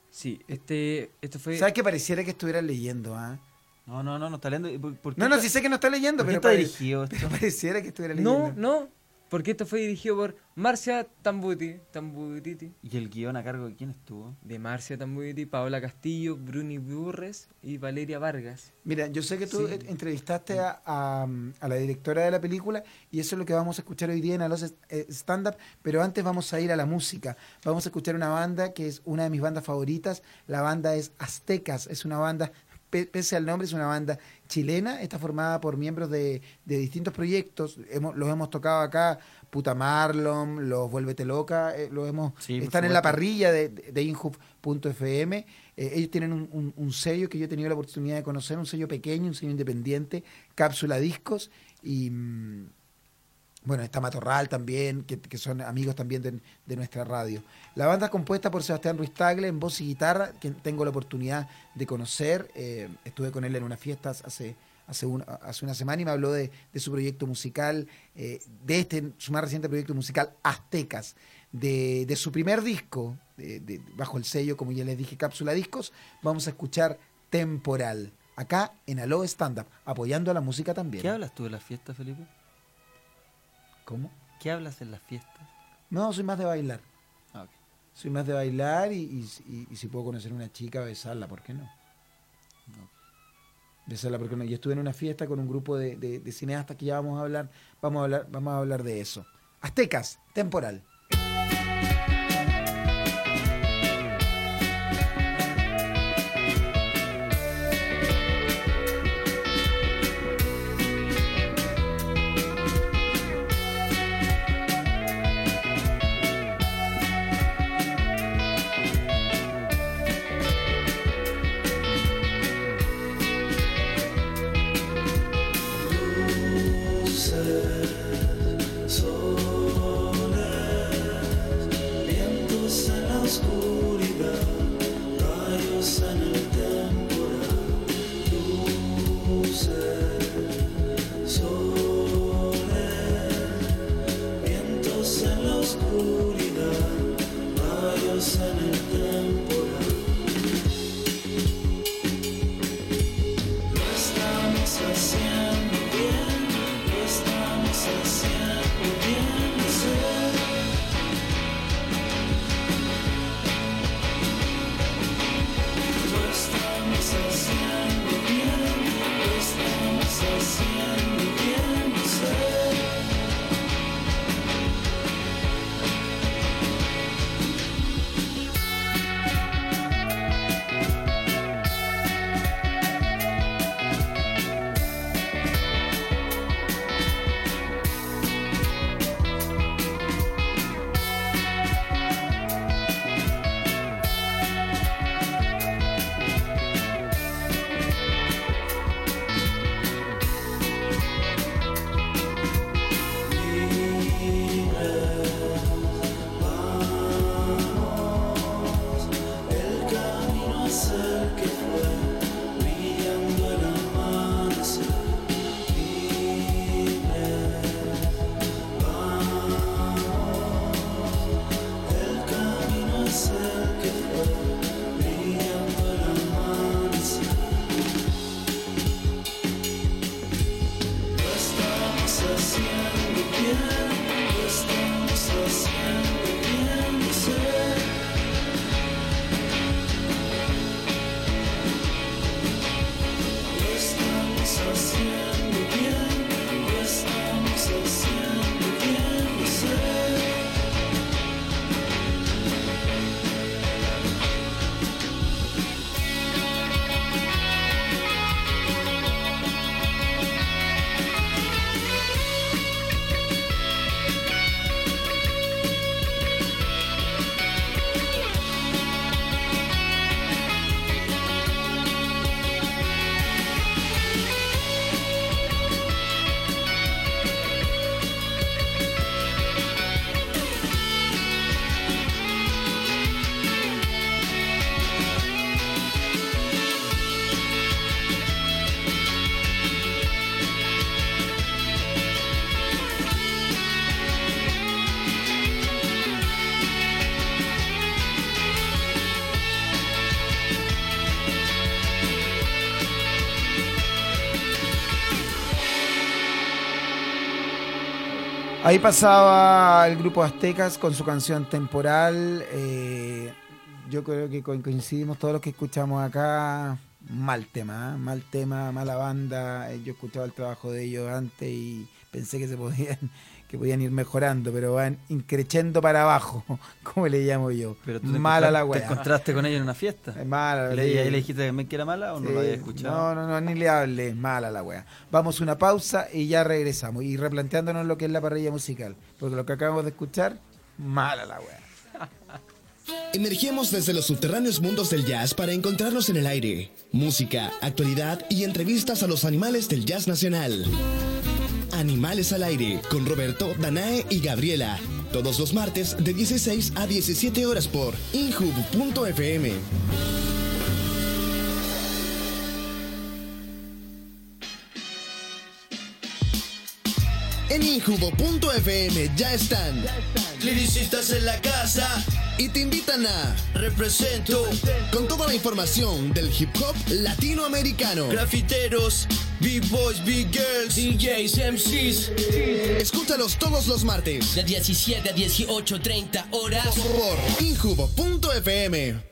H: Sí, este, esto fue...
A: ¿Sabes que pareciera que estuvieras leyendo? ah?
G: No, no, no, no está leyendo. ¿Y por- por qué
A: No, no,
G: está-
A: sí sé que no estás leyendo,
G: ¿por
A: pero,
G: qué está
A: pare-
G: dirigido esto?
A: pero *laughs* pareciera que estuviera leyendo.
H: No, no, porque esto fue dirigido por Marcia Tambuti, Tambutiti,
G: ¿Y el guión a cargo de quién estuvo?
H: de Marcia Tambuti, Paola Castillo, Bruni Burres y Valeria Vargas.
A: Mira, yo sé que tú eh, entrevistaste a, a, a la directora de la película y eso es lo que vamos a escuchar hoy día en los stand-up, pero antes vamos a ir a la música. Vamos a escuchar una banda que es una de mis bandas favoritas. La banda es Aztecas, es una banda, pe- pese al nombre, es una banda chilena. Está formada por miembros de, de distintos proyectos. Hemos- los hemos tocado acá, Puta Marlon, los Vuélvete Loca, eh, los hemos,
G: Sí, por
A: están en la
G: supuesto.
A: parrilla de, de Inhub.fm. Eh, ellos tienen un, un- un sello que yo he tenido la oportunidad de conocer, un sello pequeño, un sello independiente, Cápsula Discos y mm, bueno, está Matorral también, que, que son amigos también de, de nuestra radio. La banda es compuesta por Sebastián Ruiz Tagle en voz y guitarra, que tengo la oportunidad de conocer. Eh, estuve con él en unas fiestas hace, hace, un- hace una semana y me habló de, de su proyecto musical, eh, de este, su más reciente proyecto musical, Aztecas, de, de su primer disco, de- de- bajo el sello, como ya les dije, Cápsula Discos. Vamos a escuchar Temporal, acá en Alo Stand Up, apoyando a la música también.
G: ¿Qué hablas tú de las fiestas, Felipe?
A: ¿Cómo?
G: ¿Qué hablas en las fiestas?
A: No, soy más de bailar.
G: Ah, ok.
A: Soy más de bailar y, y- y- y si puedo conocer una chica, besarla, ¿por qué no? Besarla, ¿por qué no? Yo estuve en una fiesta con un grupo de, de- de cineastas que ya vamos a hablar, vamos a hablar, vamos a hablar de eso. Aztecas, temporal. Ahí pasaba el grupo Aztecas con su canción Temporal. eh, yo creo que co- coincidimos todos los que escuchamos acá. Mal tema, ¿eh? mal tema, mala banda. Eh, Yo escuchaba el trabajo de ellos antes y pensé que se podían, *laughs* que podían ir mejorando, pero van increchendo para abajo, *laughs* como le llamo yo.
G: Pero tú te
A: Mala
G: encontra-
A: la
G: Te
A: weá.
G: encontraste con ella en una fiesta.
A: Eh, Mala la
G: ¿Y le,
A: sí.
G: ahí le dijiste también que era mala o no
A: Sí,
G: la había escuchado?
A: Eh, No, no, no, ni le hables, mala la wea. Vamos una pausa y ya regresamos. Y replanteándonos lo que es la parrilla musical. Porque lo que acabamos de escuchar, mala la wea.
D: Emergimos desde los subterráneos mundos del jazz para encontrarnos en el aire. Música, actualidad y entrevistas a los animales del jazz nacional. Animales al aire con Roberto, Danae y Gabriela. Todos los martes de 16 a 17 horas por inhub.fm. En injubo.fm ya están Liricistas en la casa y te invitan a Represento con toda la información del hip hop latinoamericano. Grafiteros, big boys, big girls, DJs, MCs. Escúchalos todos los martes
I: De 17 a 18, 30 horas.
D: por injubo.fm.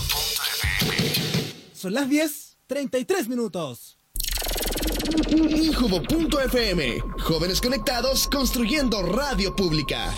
J: Son las 10, 33 minutos.
D: Injubo.fm. Jóvenes conectados construyendo radio pública.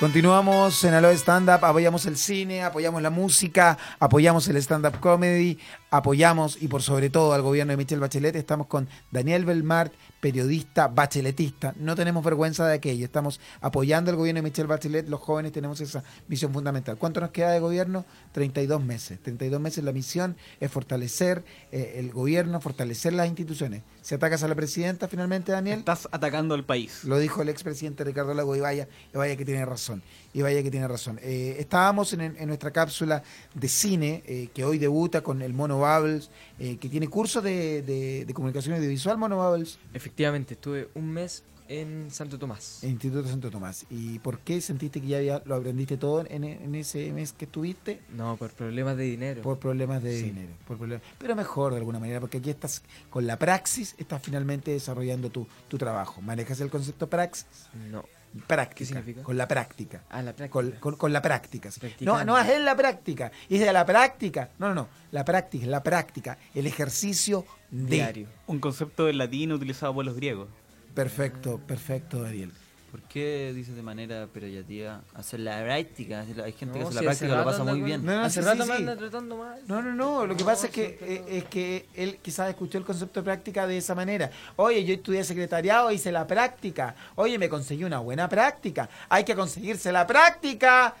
A: Continuamos en Aloe Stand Up, apoyamos el cine, apoyamos la música, apoyamos el stand-up comedy, apoyamos y por sobre todo al gobierno de Michelle Bachelet. Estamos con Daniel Belmart, periodista bacheletista. No tenemos vergüenza de aquello, estamos apoyando al gobierno de Michelle Bachelet. Los jóvenes tenemos esa misión fundamental. ¿Cuánto nos queda de gobierno? 32 meses. 32 meses la misión es fortalecer eh, el gobierno, fortalecer las instituciones. Si atacas a la presidenta, finalmente, Daniel,
E: Estás atacando al país.
A: lo dijo el expresidente Ricardo Lago y vaya, y vaya que tiene razón. Y vaya que tiene razón. Eh, estábamos en, en nuestra cápsula de cine, eh, que hoy debuta con el Mono Bubbles, eh, que tiene cursos de, de, de comunicación audiovisual, Mono Bubbles,
H: Efectivamente, estuve un mes en Santo Tomás.
A: en Instituto Santo Tomás. ¿Y por qué sentiste que ya había- lo aprendiste todo en, en ese mes que estuviste?
H: No, por problemas de dinero.
A: Por problemas de
H: Sí.
A: dinero. Por problemas. Pero mejor de alguna manera, porque aquí estás con la praxis, estás finalmente desarrollando tu, tu trabajo. Manejas el concepto praxis.
H: No.
A: Práctica.
H: significa?
A: Con la práctica.
H: Ah, la práctica.
A: con, con- con la práctica. sí. No,
H: Practicando.
A: no es en la práctica, es de la práctica. No, no, no. La práctica, la práctica, el ejercicio de.
H: Diario.
E: Un concepto del latino utilizado por los griegos.
A: Perfecto, perfecto, Daniel.
G: ¿Por qué dices de manera peyorativa hacer la práctica? Hacer la- Hay gente que
H: No,
G: hace la
H: si hace
G: práctica lo
H: rato
G: pasa
H: anda
G: muy
H: con-
G: bien.
A: No, no,
H: Hace
A: sí,
H: rato
A: sí,
H: me
A: sí.
H: anda tratando mal.
A: No, no, no. Lo que pasa es que,
H: siempre
A: eh, es que él quizás escuchó el concepto de práctica de esa manera. Oye, yo estudié secretariado, hice la práctica. Oye, me conseguí una buena práctica. Hay que conseguirse la práctica.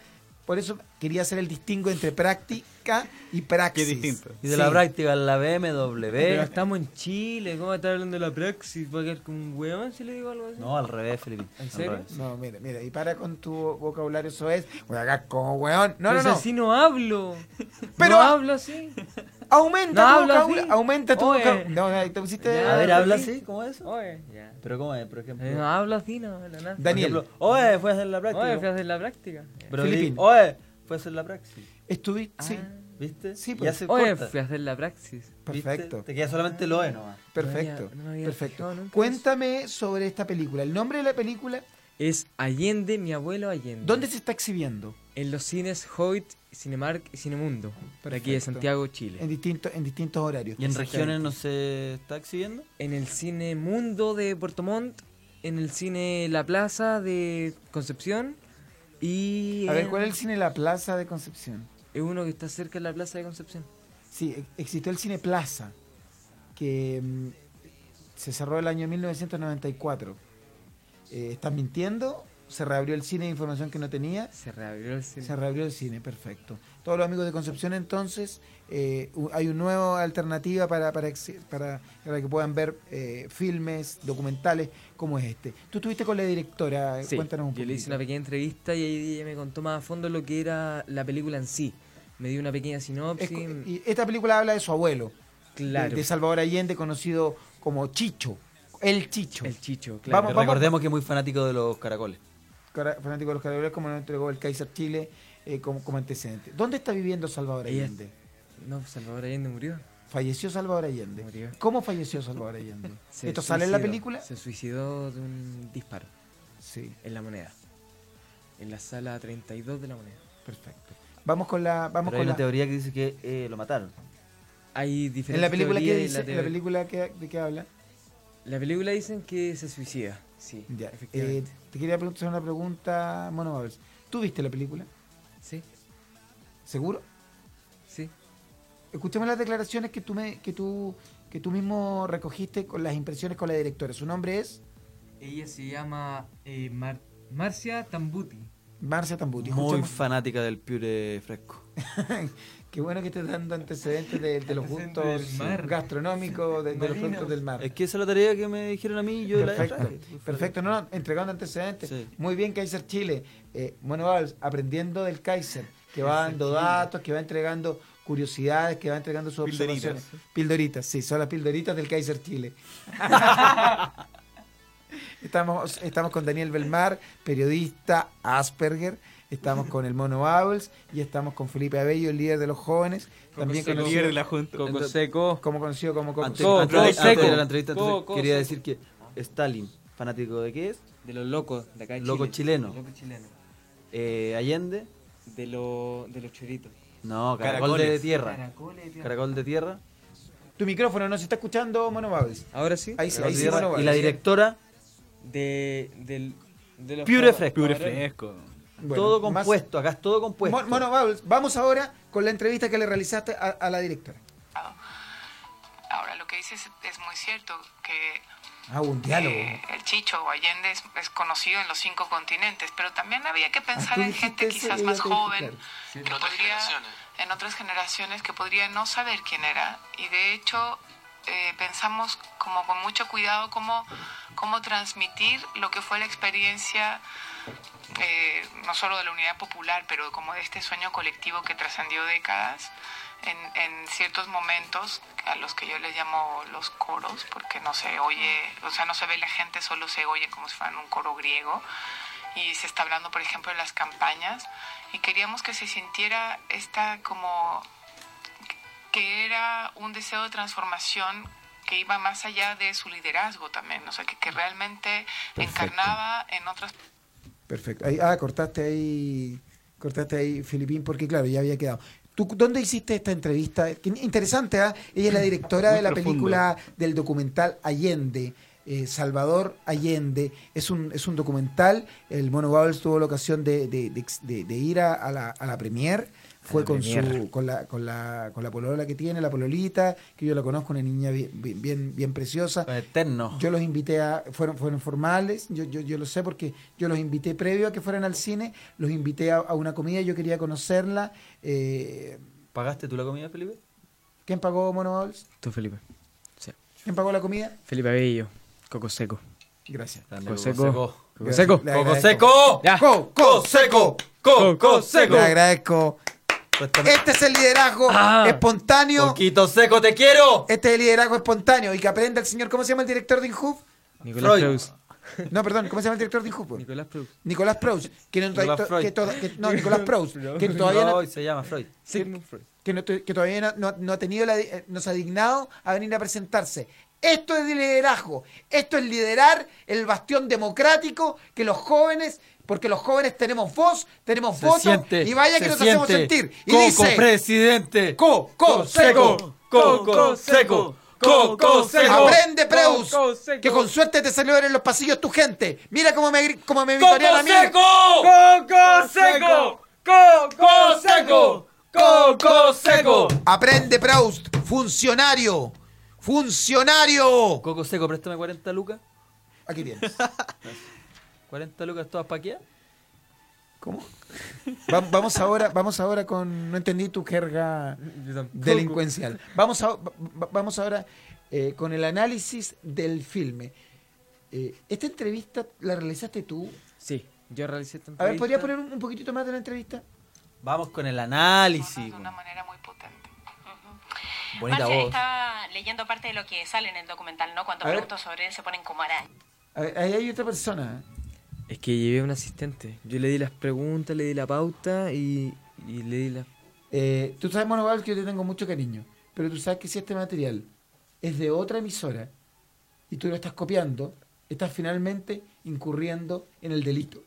A: Por eso quería hacer el distingo entre práctica y praxis.
E: distinto.
G: Y de
A: Sí.
G: la práctica en la BMW.
H: Pero estamos en Chile, ¿cómo estás hablando de la praxis? ¿Va a quedar como un huevón si le digo algo así?
G: No, al revés, Felipe.
H: ¿En
G: al
H: serio?
G: revés.
A: No, mira, mira, y para con tu vocabulario eso es, voy acá como weón. No,
H: Pues
A: no, no.
H: así no hablo.
A: Pero-
H: no hablo así.
A: Aumenta
H: No
A: tu
H: habla
A: vocabula-
H: así.
A: Aumenta tu
H: Oye.
A: vocabula- No, no, ahí te pusiste.
H: Ya,
G: A ver, habla
H: Felipe.
G: así, ¿cómo es eso?
H: Oye, ya.
G: Pero ¿cómo es, por ejemplo?
H: No hablo así, no, no, nada.
G: Por
A: Daniel,
G: ejemplo, oye, fue a hacer la práctica.
H: Oye, fui a hacer la práctica.
G: Pero
A: Filipín.
G: di, oye, fue a hacer la praxis.
A: estuviste.
H: Ah,
A: Sí,
G: ¿Viste?
A: Sí,
G: Ya
A: pues.
G: se
H: Oye,
G: corta,
H: fui a hacer la praxis.
G: ¿viste?
A: perfecto.
G: Te queda solamente el oe nomás.
A: Perfecto.
H: No me había- no me había
A: perfecto.
H: fijado nunca
A: Cuéntame sobre esta película. El nombre de la película,
H: Es Allende, mi abuelo Allende.
A: ¿dónde se está exhibiendo?
H: En los cines Hoyt, Cinemark y Cinemundo. De aquí de
A: Perfecto.
H: Santiago, Chile.
A: En distintos, en distintos horarios.
G: ¿Y en regiones no se está exhibiendo?
H: En el cine Mundo de Puerto Montt. En el cine La Plaza de Concepción. Y.
A: A ver,
H: en-
A: ¿cuál es el cine La Plaza de Concepción?
H: Es uno que está cerca de la Plaza de Concepción.
A: Sí, e- existió el cine Plaza, que mm, se cerró el año 1994. Eh, ¿Estás mintiendo? se reabrió el cine, información que no tenía.
H: Se reabrió el cine.
A: Se reabrió el cine, perfecto. Todos los amigos de Concepción, entonces, eh, u- hay una nueva alternativa para, para, ex- para, para que puedan ver eh, filmes, documentales como es este. Tú estuviste con la directora,
H: Sí,
A: cuéntanos un
H: yo le hice
A: poquito.
H: una pequeña entrevista y ahí ella me contó más a fondo lo que era la película en sí. Me dio una pequeña
A: Es
H: sinopsis.
A: co- y esta película habla de su abuelo,
H: Claro.
A: de, de Salvador Allende, conocido como Chicho. El Chicho.
H: El Chicho,
A: claro. Vamos, vamos.
B: Recordemos que es muy fanático de los caracoles.
A: cara- fanático de los carabineros, como lo entregó el Kaiser Chile eh, como, como antecedente. ¿Dónde está viviendo Salvador
H: Ella-
A: Allende?
H: No, Salvador Allende murió.
A: Falleció Salvador Allende. ¿Cómo falleció Salvador Allende?
H: *laughs* Se
A: ¿Esto sale en la
H: suicidó.
A: película?
H: Se suicidó de un disparo.
A: Sí.
H: En la moneda. En la sala 32 de la moneda.
A: Perfecto. Vamos con la. Vamos con
G: Pero hay una
A: la-
G: teoría que dice que eh, lo mataron.
H: Hay
A: en la
H: diferentes
A: película que
H: teorías y
A: dice,
H: la,
A: en la película que, de qué habla.
H: la película dicen que se suicida. Sí,
A: Ya,
H: efectivamente.
A: eh, te quería preguntar una pregunta, Mono Babels. ¿Tú viste la película?
H: Sí.
A: ¿Seguro?
H: Sí.
A: Escuchemos las declaraciones que tú me, que tú, que tú mismo recogiste con las impresiones con la directora. Su nombre es
K: Ella se llama eh, Mar- Marcia Tambuti.
A: Marcia Tambuti.
B: Muy
A: Escuchemos-
B: fanática del piure fresco.
A: *laughs* Qué bueno que estés dando antecedentes de, de los
K: Antecedentes
A: gustos
K: del mar.
A: gastronómicos, de, de los
B: Marinos.
A: productos del mar.
B: Es que esa es la tarea que me dijeron a mí y yo
A: Perfecto,
B: la traje. pues,
A: perfecto, no, no, entregando antecedentes. Muy bien, Kaiser Chile. Eh, Mono Valls, aprendiendo del Kaiser, que va dando datos, que va entregando curiosidades, que va entregando sus
B: Pildoritas.
A: observaciones. Pildoritas, sí, son las pildoritas del Kaiser Chile. Estamos, estamos con Daniel Belmar, periodista Asperger. Estamos con el Mono Bowles y estamos con Felipe Abello, el líder de los jóvenes. también
E: Seco.
A: conocido,
E: Líder de la Junta. Coco
A: Entonces,
H: Seco.
A: Como conocido Oh, como Coco
B: Antes,
A: Seco.
B: antes- antes de la entrevista, entonces, quería decir que Stalin, fanático de qué es?
H: De los locos, de acá de
B: Loco
H: Chile.
B: chileno.
H: Loco chileno.
B: Eh, Allende,
H: De, lo- de los choritos.
B: no, caracol de
H: Caracoles.
B: tierra.
H: Caracoles de tierra.
B: Caracol de tierra.
A: Tu micrófono no se está escuchando, Mono Bowles.
H: Ahora sí.
A: Ahí, sí,
B: Caracol
A: ahí
B: de
A: sí,
B: tierra.
A: Mono Bowles.
B: y la directora,
H: De, del, de los
B: piure
H: cabros-
B: fresco.
H: cabrones.
A: Bueno,
B: todo
A: más-
B: compuesto, acá es todo compuesto.
A: Mon- Mono Bowles, vamos ahora con la entrevista que le realizaste a, a la directora.
L: Ahora, lo que dices es muy cierto, que
A: Ah, hubo un diálogo.
L: eh, el Chicho o Allende es, es conocido en los cinco continentes, pero también había que pensar
A: Ah, tú
L: en gente
A: dijiste eso,
L: quizás
A: yo
L: más
A: ya te dije,
L: joven,
A: claro.
L: que podría, en otras generaciones, que podría no saber quién era. Y de hecho, eh, pensamos como con mucho cuidado cómo, cómo transmitir lo que fue la experiencia eh, no solo de la unidad popular, pero como de este sueño colectivo que trascendió décadas en, en ciertos momentos a los que yo les llamo los coros, porque no se oye, o sea, no se ve la gente, solo se oye como si fueran un coro griego. Y se está hablando, por ejemplo, de las campañas. Y queríamos que se sintiera esta como que era un deseo de transformación que iba más allá de su liderazgo también, o sea, que, que realmente encarnaba en otras
A: Perfecto. Ahí- ah, cortaste ahí, cortaste ahí, Filipín, porque claro, ya había quedado. ¿Tú dónde hiciste esta entrevista? Qué interesante, ¿ah? Ella es la directora
E: Muy
A: de la
E: profundo.
A: película del documental Allende. eh, Salvador Allende es un, es un documental. El Mono Bowles tuvo la ocasión de, de- de- de- de ir a, a la, a la premier. Fue
H: la
A: con,
H: premier.
A: su, con, la, con, la, con la polola que tiene, la pololita, que yo la conozco, una niña bien, bien- bien, bien preciosa.
B: Eterno.
A: Yo los invité a, fueron, fueron formales, yo, yo, yo lo sé porque yo los invité previo a que fueran al cine, los invité a, a una comida, yo quería conocerla. eh,
B: ¿Pagaste tú la comida, Felipe?
A: ¿Quién pagó Mono Bowles?
H: Tú, Felipe. Sí.
A: ¿Quién pagó la comida?
H: Felipe Abello. Coco Seco.
A: Gracias.
H: Coco
B: Coco
H: Seco. Coco
A: Gracias.
H: Seco.
A: Le
B: Coco
A: agradezco.
B: seco.
A: Ya. Coco seco.
B: Coco seco.
A: Le agradezco. Este es el liderazgo
B: Ah.
A: espontáneo.
B: Coquito seco, te quiero.
A: Este es el liderazgo espontáneo. Y que aprenda el señor, ¿cómo se llama el director de Inhub?
H: Nicolás
A: Freud.
H: Creus.
A: No, perdón, ¿cómo se llama el director de Inhub?
H: Nicolás Creus.
A: Nicolás Proust. Que no,
B: Nicolás
A: to-
B: Freud.
A: que to- que- no,
G: *laughs*
A: Nicolás Proust.
E: *laughs*
A: Que todavía no,
B: Freud, se llama Freud.
H: Sigmund Freud.
A: que, no, tu- que todavía no, no- no ha tenido la, eh, nos ha dignado a venir a presentarse. Esto es liderazgo, esto es liderar el bastión democrático que los jóvenes, porque los jóvenes tenemos voz, tenemos
B: Se
A: voto
B: siente,
A: y vaya
B: se
A: que nos hacemos
B: siente.
A: sentir. Y
B: Coco
A: dice,
B: presidente.
A: Coco seco,
B: Coco seco. Coco seco.
A: Aprende Preus,
B: Coco seco.
A: que con suerte te celebren en los pasillos tu gente. Mira cómo me gri- cómo me vitorean a mí.
B: Coco seco. Coco seco. Coco seco.
A: Aprende Proust, funcionario, funcionario.
B: Coco seco, préstame 40 lucas.
A: Aquí tienes.
G: ¿40 lucas todas paqueadas?
A: ¿Cómo? Va- vamos, ahora, vamos ahora con. No entendí tu jerga
H: Yo tampoco.
A: delincuencial. Vamos, a- va- va- vamos ahora eh, con el análisis del filme. Eh, ¿Esta entrevista la realizaste tú?
H: Sí, yo realicé esta
A: A ver, ¿podría
H: entrevista.
A: poner un, un poquitito más de la entrevista?
G: Vamos con el análisis. Bonita
M: Marcia
G: voz.
M: estaba leyendo parte de lo que sale en el documental, ¿no? Cuando
A: A ver.
M: pregunto sobre él se ponen como araña.
A: A ver, ahí hay otra persona.
H: Es que llevé a un asistente. Yo le di las preguntas, le di la pauta y, y le di la...
A: Eh, tú sabes, Monoval, que yo te tengo mucho cariño, pero tú sabes que si este material es de otra emisora y tú lo estás copiando, estás finalmente incurriendo en el
G: *laughs*
A: delito.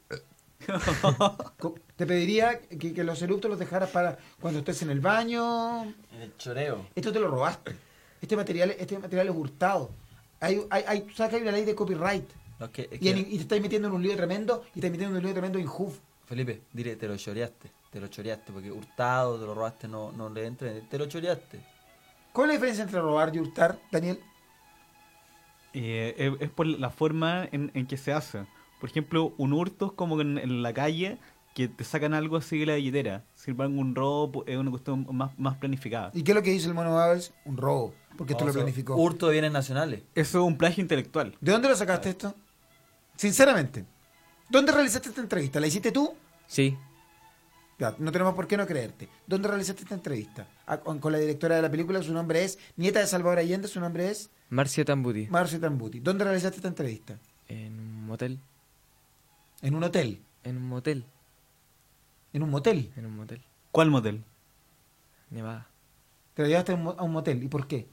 A: Co- te pediría que, que los eruptos los dejaras para cuando estés en el baño.
G: En el choreo.
A: Esto te lo robaste. Este material, este material es hurtado. Hay, hay, hay- tú sabes que hay una ley de copyright.
G: No, es que- es
A: Y, en-
G: que-
A: y te estás metiendo en un lío tremendo y te estás metiendo en un lío tremendo en Hoof.
G: Felipe, dile, te lo choreaste. Te lo choreaste porque hurtado, te lo robaste, no, no le entra. Te lo choreaste.
A: ¿Cuál es la diferencia entre robar y hurtar, Daniel?
E: Eh, es, es por la forma en, en que se hace. Por ejemplo, un hurto es como en, en la calle que te sacan algo así de la billetera. Sin embargo, un robo es una cuestión más, más planificada.
A: ¿Y qué es lo que hizo el Mono Babels? Un robo. Porque esto
E: No,
A: lo
E: eso-
A: planificó.
G: Hurto de bienes nacionales.
E: Eso es un plagio intelectual.
A: ¿De dónde lo sacaste esto? Sinceramente. ¿Dónde realizaste esta entrevista? ¿La hiciste tú?
H: Sí.
A: Ya, no tenemos por qué no creerte. ¿Dónde realizaste esta entrevista? A- con, con la directora de la película, su nombre es Nieta de Salvador Allende, su nombre es
H: Marcia Tambuti,
A: Marcio Tambuti. ¿Dónde realizaste esta entrevista?
H: en un motel.
A: ¿En un hotel?
H: En un motel.
A: ¿En un motel?
H: En un motel.
E: ¿Cuál motel?
H: Nevada.
A: Te lo llevaste a un, mo- a un motel. ¿Y por qué?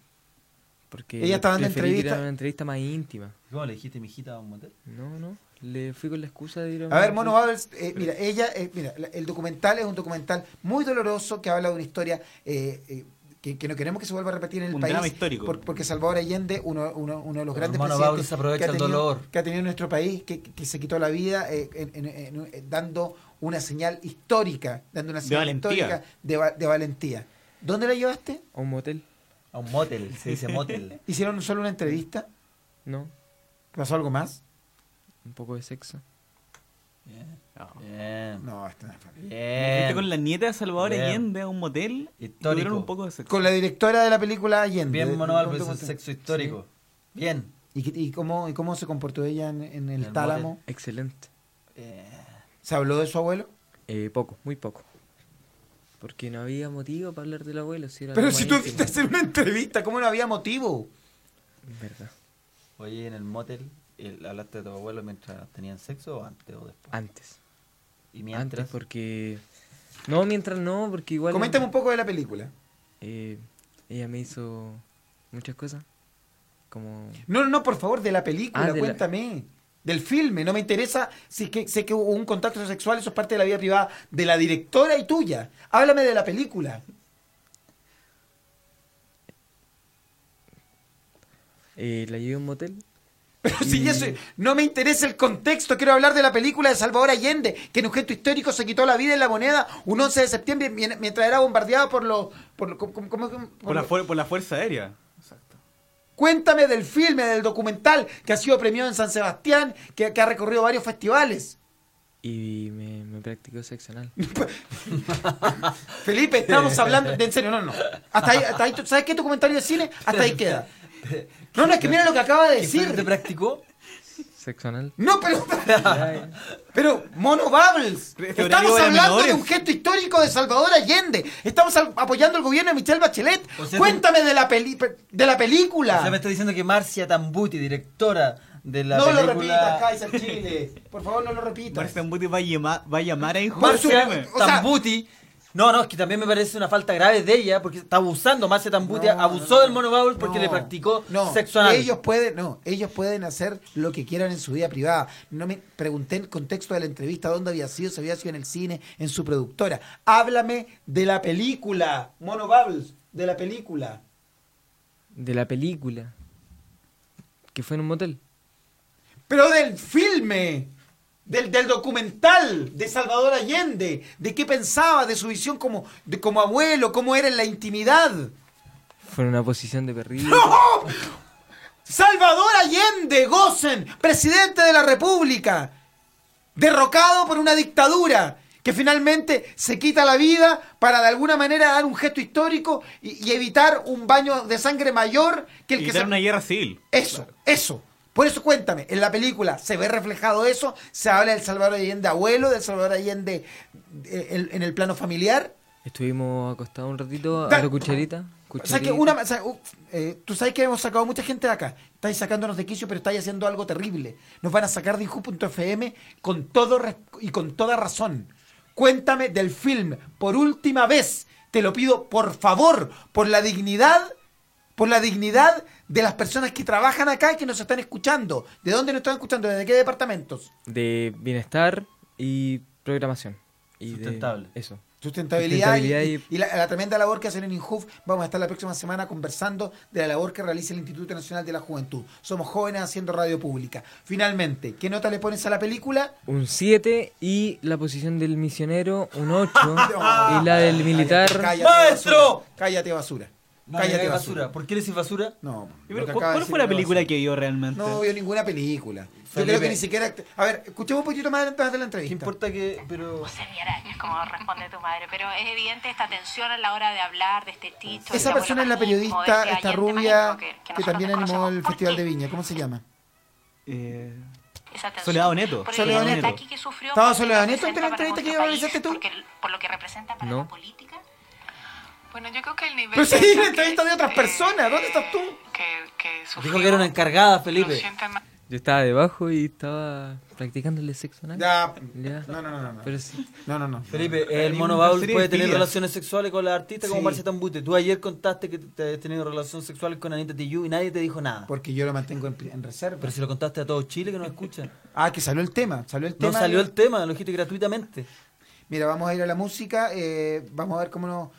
H: Porque
A: Ella estaba dando
H: preferí que era
A: entrevista-
H: una entrevista más íntima.
G: ¿Cómo le dijiste, mijita, a un motel?
H: No, no. Le fui con la excusa de ir a
A: A ver,
H: una-
A: Mono Babels, eh, mira, ella, eh, mira, la- el documental es un documental muy doloroso que habla de una historia eh, eh, que, que no queremos que se vuelva a repetir en el
E: Un
A: país.
E: drama histórico.
A: por- porque Salvador Allende, uno, uno- uno de los
G: Pero
A: grandes
G: Mono
A: presidentes
G: Babels aprovecha
A: que, ha
G: el
A: tenido,
G: dolor.
A: que ha tenido nuestro país, que, que se quitó la vida eh, en- en- en- en- dando una señal histórica, dando una
E: De
A: señal
E: valentía.
A: histórica de, va- de valentía. ¿Dónde la llevaste?
H: A un motel.
G: A un motel, se dice motel.
A: ¿Hicieron solo una entrevista?
H: No,
A: ¿Pasó algo más?
H: un poco de sexo.
G: Bien. Bien.
A: No, esto no es para-
E: Me fuiste
G: Bien.
E: con la nieta de Salvador
G: Bien.
E: Allende a un motel y
G: Histórico.
E: tuvieron un poco de sexo.
A: Con la directora de la película Allende.
G: Bien, Mono
A: ¿Dónde-
G: Babels,
A: dónde-
G: el sexo histórico. Bien.
A: ¿Y, qué- y cómo, y cómo se comportó ella en, en el,
G: el
A: tálamo?
G: motel.
H: Excelente.
G: Eh,
A: ¿Se habló de su abuelo?
H: Eh, poco, muy poco. Porque no había motivo para hablar del abuelo. Si era
A: Pero
H: algo
A: si
H: más
A: tú
H: íntimo.
A: quisiste hacer una entrevista, ¿cómo no había motivo?
H: Verdad.
G: Oye, en el motel, el- ¿hablaste de tu abuelo mientras tenían sexo o antes o después?
H: Antes.
G: Y mientras.
H: Antes porque... No, mientras no, porque igual...
A: Coméntame un poco de la película.
H: Eh, ella me hizo muchas cosas. Como...
A: No, no, no, por favor, de la película,
H: Ah, de la-
A: cuéntame. Del filme, no me interesa si es que sé que hubo un contacto sexual, eso es parte de la vida privada de la directora y tuya. Háblame de la película.
H: eh, la llevé a un motel.
A: Pero si
H: Y-
A: eso no me interesa el contexto, quiero hablar de la película de Salvador Allende, que en un gesto histórico se quitó la vida en la moneda un 11 de septiembre mien- mientras era bombardeado por los. Por, lo- ¿cómo- cómo- cómo-
E: Por la, fuer- por la Fuerza Aérea.
A: Cuéntame del filme, del documental que ha sido premiado en San Sebastián, que, que ha recorrido varios festivales. *laughs*
H: Y me, me practicó sexo anal.
A: Felipe, estamos hablando. De, en serio, no, no. Hasta ahí, hasta ahí tú- ¿Sabes qué tu comentario de cine? Hasta ahí queda. No, no, es que mira lo que acaba
E: *laughs*
A: de decir.
G: ¿Te practicó?
H: Sexo anal.
A: No, pero. Pero, Mono Bubbles,
E: Este
A: estamos
E: horario era
A: hablando de
E: menores.
A: un gesto histórico de Salvador Allende. Estamos al- apoyando al gobierno de Michelle Bachelet.
G: O sea,
A: Cuéntame de la, peli- de la película.
G: O sea, me está diciendo que Marcia Tambuti, directora de la
A: no
G: película...
A: lo repitas, Kaiser Chile. Por favor, no lo repitas.
E: Marcia Tambuti va a, llama- va a llamar a
A: Marcia-
E: enjuiciarme.
A: o sea-
G: Tambuti. No, no, es que también me parece una falta grave de ella porque está abusando. Marcia Tambuti
A: No,
G: abusó
A: no,
G: del mono Bauer porque
A: No,
G: le practicó
A: no,
G: sexo anal.
A: Ellos pueden, no, ellos pueden hacer lo que quieran en su vida privada. No me pregunté en contexto de la entrevista dónde había sido, si había sido en el cine, en su productora. Háblame de la película, Mono Bubbles, de la película.
H: De la película. Que fue en un motel.
A: Pero del filme, del, del documental de Salvador Allende, de qué pensaba, de su visión como, de, como abuelo, cómo era en la intimidad.
H: Fue en una posición de perrito.
A: Salvador Allende, gocen, presidente de la República. derrocado por una dictadura que finalmente se quita la vida para de alguna manera dar un gesto histórico y, y evitar un baño de sangre mayor que el que
E: Evitar
A: se...
E: una guerra civil.
A: Eso, eso. Por eso cuéntame, en la película se ve reflejado eso, se habla del Salvador Allende abuelo, del Salvador Allende eh, el- en el plano familiar.
H: Estuvimos acostados un ratito
A: Da-
H: a la cucharita.
A: O sea, que
H: cucharita.
A: una, o sea, u- eh, tú sabes que hemos sacado mucha gente de acá. Estáis sacándonos de quicio, pero estáis haciendo algo terrible. Nos van a sacar de Inju.fm con todo res- y con toda razón. Cuéntame del film por última vez. Te lo pido por favor, por la dignidad, por la dignidad de las personas que trabajan acá y que nos están escuchando. ¿De dónde nos están escuchando? ¿Desde qué departamentos?
H: De bienestar y programación. Y de-
G: Sustentable.
H: eso.
A: Sustentabilidad,
H: Sustentabilidad
A: y, y la, la tremenda labor que hacen en INJUF. Vamos a estar la próxima semana conversando de la labor que realiza el Instituto Nacional de la Juventud. Somos jóvenes haciendo radio pública. Finalmente, ¿qué nota le pones a la
E: *laughs*
A: película?
H: Un 7 y la posición del misionero un 8
A: *laughs*
H: y la del militar...
A: Cállate, basura. Cállate basura.
G: No,
A: Cállate,
G: no, no,
A: basura.
G: basura. ¿Por qué le decís basura?
A: No.
E: Y pero, ¿Cuál cuál fue la película que vio realmente?
A: No vio ninguna película. Yo
E: Felipe.
A: creo que ni siquiera. A ver, escuchemos un poquito más antes de la entrevista.
G: importa que. Pero.
M: Sería araña, como responde tu madre. Pero es evidente esta tensión a la hora de hablar de este título.
A: Esa persona es la
M: este
A: periodista, esta rubia, que también animó el Festival de Viña. ¿Cómo se llama?
E: Eh,
M: Esa tensión.
E: Soledad Oneto.
M: Por el
A: Soledad
M: ataque
A: Oneto.
M: que sufrió
A: ¿Estaba
M: por lo que
A: Soledad Oneto en
M: representa para
A: la entrevista que
M: nuestro
A: realizaste tú?
M: país, porque- por lo que representa para
H: No.
L: Bueno, yo creo que el nivel
A: Pero sí,
L: de-
A: la entrevista de otras personas. ¿Dónde estás tú?
G: Dijo que era una encargada, Felipe.
H: Yo estaba debajo y estaba practicándole sexo anal.
G: Ah,
A: Ya.
H: Ya.
A: No, no, no, no, no.
H: Pero sí.
A: No, no, no.
G: Felipe, el
A: Hay
G: mono
A: una
G: Baúl
A: serie
G: puede
A: de
G: tener
A: tías.
G: relaciones sexuales con las artistas como
A: Sí.
G: Marcia Tambute. Tú ayer contaste que te has tenido relaciones sexuales con Anita Tijoux y nadie te dijo nada.
A: Porque yo lo mantengo en, en reserva.
G: Pero si lo contaste a todo Chile que nos
A: *laughs*
G: escuchan.
A: Ah, que salió el tema. Salió el
G: No
A: tema.
G: salió el tema, lo dijiste gratuitamente.
A: Mira, vamos a ir a la música. eh, vamos a ver cómo nos.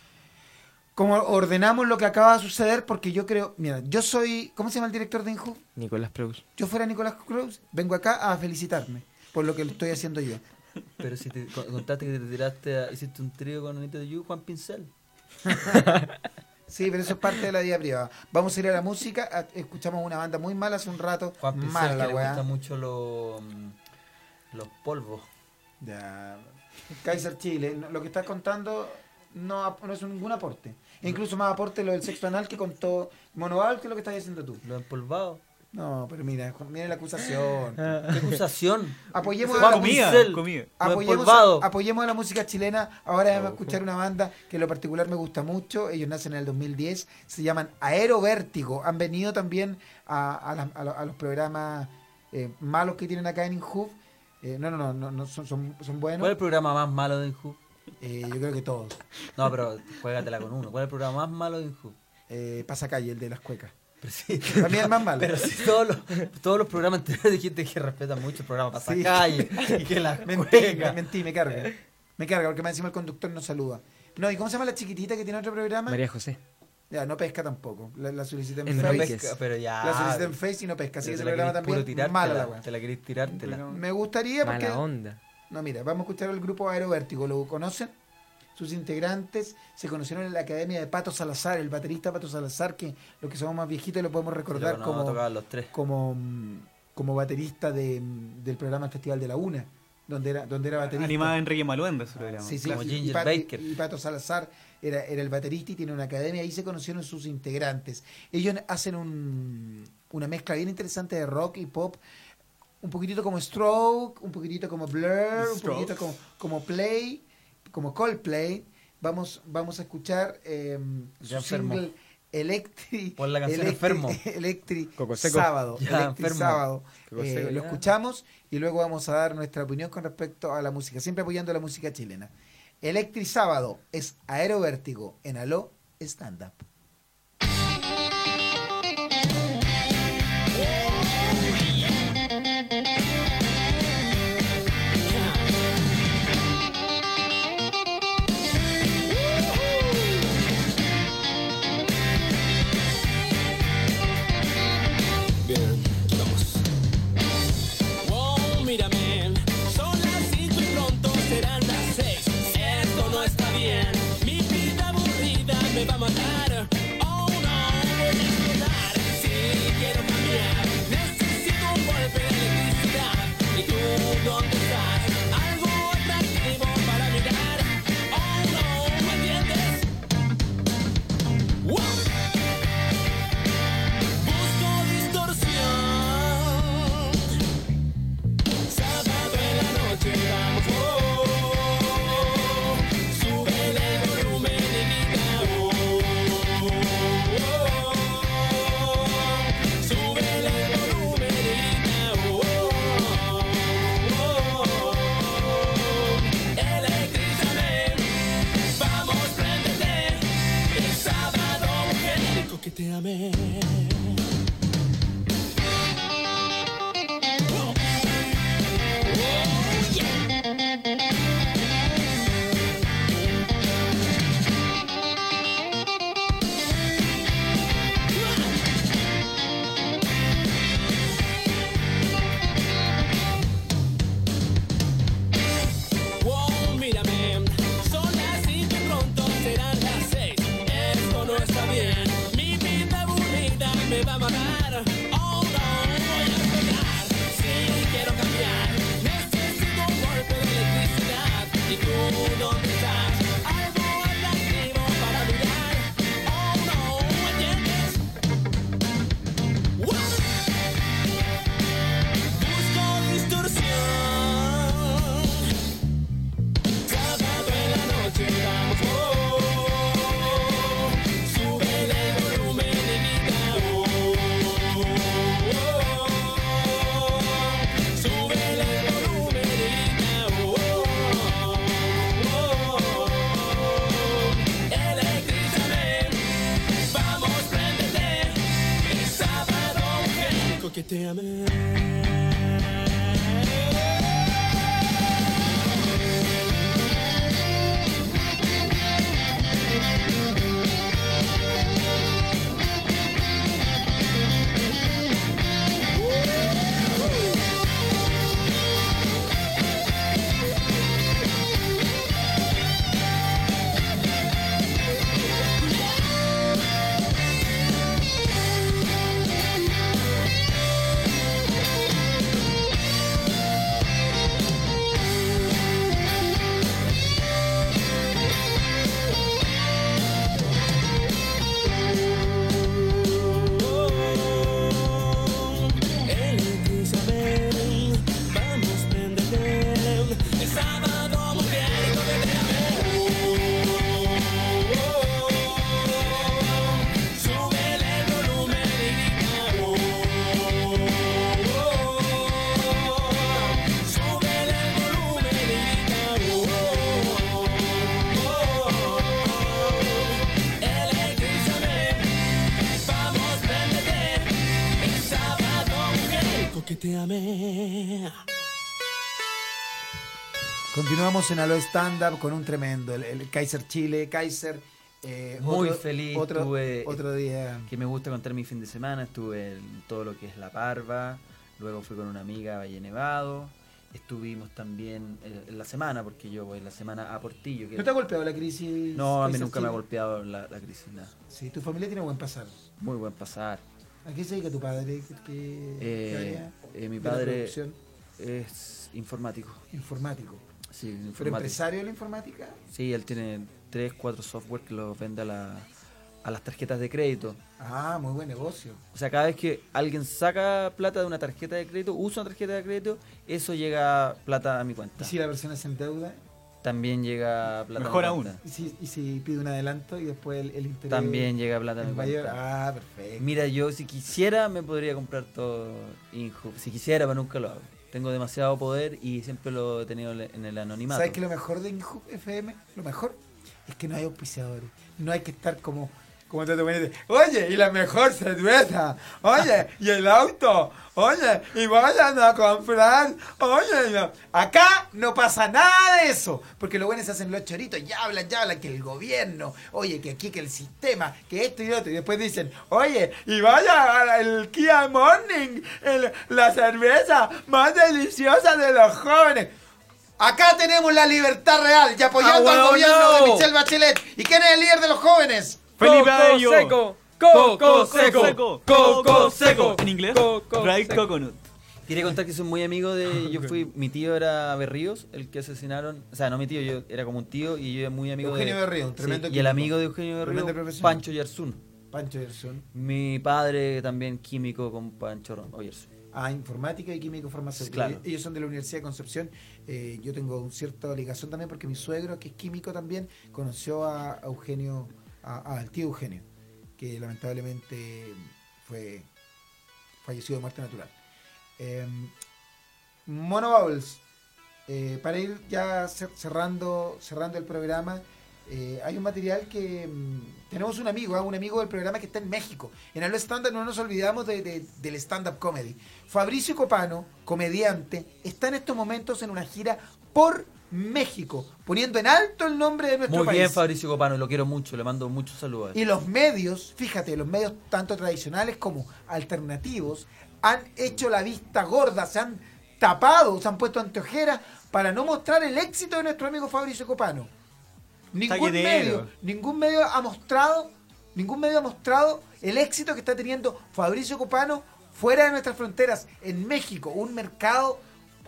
A: Cómo ordenamos lo que acaba de suceder, porque yo creo. Mira, yo soy. ¿Cómo se llama el director de Inju?
H: Nicolás Preus.
A: Yo fuera Nicolás Cruz, vengo acá a felicitarme por lo que estoy haciendo yo.
G: Pero si te co- contaste que te tiraste, a- hiciste un trío con Anita Tijoux, Juan Pincel.
A: Sí, pero eso es parte de la vida privada. Vamos a ir a la música. a- Escuchamos una banda muy mala hace un rato.
G: Juan
A: mala
G: Pincel
A: la
G: que le
A: weá.
G: gustan mucho los, mm, los polvos.
A: Ya. Kaiser Chile, no- lo que estás contando no, ap- no es ningún aporte. E incluso más aporte lo del sexo anal que contó Monoval que lo que estás haciendo tú.
G: Los empolvados.
A: No, pero mira, Juan, mira la acusación.
G: ¡Qué acusación!
A: *laughs* Apoyemos
G: Ah. Juan
A: a la
G: Pincel,
A: música.
G: Los
A: Apoyemos
G: empolvados.
A: a, apoyemos a la música chilena. Ahora vamos a escuchar una banda que en lo particular me gusta mucho. Ellos nacen en el 2010. Se llaman Aerovértigo. Han venido también a, a las- a lo- a los programas eh, malos que tienen acá en Inhub. Eh, no, no, no, no, no, son, son, son buenos.
G: ¿Cuál es el programa más malo de Inju?
A: Eh, yo creo que todos.
G: No, pero juégatela con uno. ¿Cuál es el programa más malo de
A: *laughs*
G: Inju?
A: Eh, pasa el de las cuecas.
G: *laughs* Pero sí.
A: También es más malo.
G: Pero sí, todos los, todos los programas anteriores dijiste que respetan mucho el programa
A: Sí. *laughs*
G: Pasacalle y que la
A: *laughs* mentí, me,
G: cueca.
A: mentí, me carga. Me carga porque más encima el conductor no saluda. No, ¿y cómo se llama la chiquitita que tiene otro programa?
H: María José.
A: Ya, no pesca tampoco. La, la solicité en
G: Pero
H: Enrique.
A: Facebook.
G: pesca, pero ya.
A: La solicité en Face y no pesca, así que ese
G: Ah, Pero te la
A: programa
G: querís puro
A: también
G: tirártela,
A: mala la wea.
G: Te la querís tirártela.
A: Me gustaría porque...
H: Mala onda.
A: No, mira, vamos a escuchar al grupo Aerovértigo, ¿lo conocen? Sus integrantes se conocieron en la academia de Pato Salazar, el baterista Pato Salazar, que los que somos más viejitos lo podemos recordar
G: Pero no,
A: como,
G: tocaban los tres.
A: como, mm, como baterista de, mm, del programa El Festival de la Una, donde era, donde era baterista.
E: Animada Enrique Maluenda su programa.
A: Sí, sí,
G: Como
A: y- y,
G: Ginger
A: Pat-
G: Baker.
A: y Pato Salazar era, era el baterista y tiene una academia. Ahí se conocieron sus integrantes. Ellos hacen un- una mezcla bien interesante de rock y pop. Un poquitito como Stroke, un poquitito como Blur, un
E: Strokes.
A: poquitito como, como Play, como Coldplay. Vamos, vamos a escuchar eh, su
G: Ya enfermo.
A: single Electri.
G: Pon la canción
A: Electri-
G: Enfermo.
A: *laughs* Electri
H: Coco Seco.
A: Sábado.
G: Ya,
A: Electri
G: enfermo.
A: Sábado.
H: Coco
A: Eh,
H: Seco,
A: lo
H: ya.
A: escuchamos y luego vamos a dar nuestra opinión con respecto a la música, siempre apoyando la música chilena. Electri Sábado es Aerovértigo en Aló Stand Up.
N: Bien, vamos. Wow, Oh, mira, men, son las 5 y pronto serán las 6. Esto no está bien, mi vida aburrida me va a matar. Oh, Wow, mírame, son las cinco y pronto serán las seis. Esto no está bien, mi vida aburrida me va a matar. Oh no, voy a explotar. Si quiero cambiar, necesito un golpe de electricidad. Y tú no me das algo atractivo para mirar. Oh no, ¿entiendes? Wow. Busco distorsión. Sábado en la noche vamos oh, sube el volumen de vida oh, sube el volumen de vida oh, electrizame, vamos prendete, el sábado que coqueteame. Electrizame, vamos prendete, el sábado muy bien, coqueteame. Oh, oh, oh, súbele el volumen y grita, oh, oh, oh, súbele el volumen y grita, oh, oh, oh, electrizame, vamos prendete, el sábado mujer, coqueteame.
A: Continuamos en Alo Stand Up con un tremendo, el, el Kaiser Chile, Kaiser. eh,
G: Muy
A: otro-
G: feliz.
A: Otro,
G: estuve-
A: otro día.
G: Que me gusta contar mi fin de semana. Estuve en todo lo que es La Parva. Luego fui con una amiga a Valle Nevado. Estuvimos también eh, en la semana, porque yo voy en la semana a Portillo. que-
A: ¿No te ha golpeado la crisis?
G: No, a mí
A: Kaiser
G: nunca me ha
A: Chile?
G: golpeado la, la crisis. nada.
A: Sí, tu familia tiene buen pasar.
G: Muy buen pasar.
A: ¿A qué se dedica tu padre? ¿Qué- qué- qué
G: Eh,
A: área
G: eh, mi
A: de la
G: padre
A: producción?
G: es informático.
A: Informático.
G: Sí,
A: ¿Pero
G: informático.
A: empresario de la informática?
G: Sí, él tiene 3, 4 software que los vende a, la- a las tarjetas de crédito.
A: Ah, muy buen negocio.
G: O sea, cada vez que alguien saca plata de una tarjeta de crédito, usa una tarjeta de crédito, eso llega plata a mi
A: ¿Y
G: cuenta.
A: si la persona se endeuda?
G: También llega plata
A: Mejor
G: a mi
A: aún.
G: cuenta.
A: ¿Y si, y si pide un adelanto y después el, el interés?
G: También llega plata a
A: es
G: mi
A: mayor?
G: cuenta.
A: Ah, perfecto.
G: Eh, Mira, yo si quisiera me podría comprar todo InHub. Si quisiera, pero nunca lo hago. Tengo demasiado poder y siempre lo he tenido le- en el anonimato.
A: ¿Sabes que lo mejor de Inhub FM, lo mejor, es que no hay auspiciadores? No hay que estar como, como te pones, oye, y la mejor cerveza, oye, y el auto, oye, y vayan a comprar, oye, y no". acá no pasa nada de eso, porque los buenos se hacen los choritos, ya hablan, ya hablan, que el gobierno, oye, que aquí, que el sistema, que esto y lo otro, y después dicen, oye, y vaya a la- el Kia Morning, el- la cerveza más deliciosa de los jóvenes. Acá tenemos la libertad real y apoyando
H: Ah,
A: al
H: bueno,
A: gobierno
H: no.
A: de Michelle Bachelet. ¿Y quién es el líder de los jóvenes?
C: Felipe
H: Coco
C: Abello.
H: seco, coco seco, coco seco.
C: En inglés,
H: Coco
C: dried
H: seco.
C: coconut.
G: Quería contar que soy muy amigo
A: Ah,
G: de. Yo fui. Mi tío era Berríos, el que asesinaron. O sea, no mi tío, yo era como un tío y yo era muy amigo de.
A: Eugenio Berríos,
G: Sí,
A: tremendo
G: Y el
A: químico.
G: amigo de Eugenio
A: Tremendo
G: Berríos,
A: profesional.
G: Pancho Yersun.
A: Pancho Gerson.
G: Mi padre también químico con Pancho Ron- Oyersun.
A: Ah, informática y químico farmacéutico.
G: Claro.
A: Ellos son de la Universidad de Concepción. Eh, yo tengo una cierta ligación también porque mi suegro, que es químico también, conoció a a Eugenio, a- al tío Eugenio, que lamentablemente fue fallecido de muerte natural. Eh, Mono Bubbles, eh, para ir ya cer- cerrando, cerrando el programa, eh, hay un material que mm, tenemos un amigo, ah, un amigo del programa que está en México. En Aló Estándar no nos olvidamos de- de- del stand-up comedy. Fabricio Copano, comediante, está en estos momentos en una gira por México, poniendo en alto el nombre de nuestro
G: Muy
A: país.
G: bien, Fabricio Copano, lo quiero mucho, le mando muchos saludos. a él.
A: Y los medios, fíjate, los medios tanto tradicionales como alternativos han hecho la vista gorda, se han tapado, se han puesto anteojeras para no mostrar el éxito de nuestro amigo Fabricio Copano. Ningún
E: Taquetero.
A: medio, ningún medio ha mostrado, ningún medio ha mostrado el éxito que está teniendo Fabricio Copano fuera de nuestras fronteras, en México, un mercado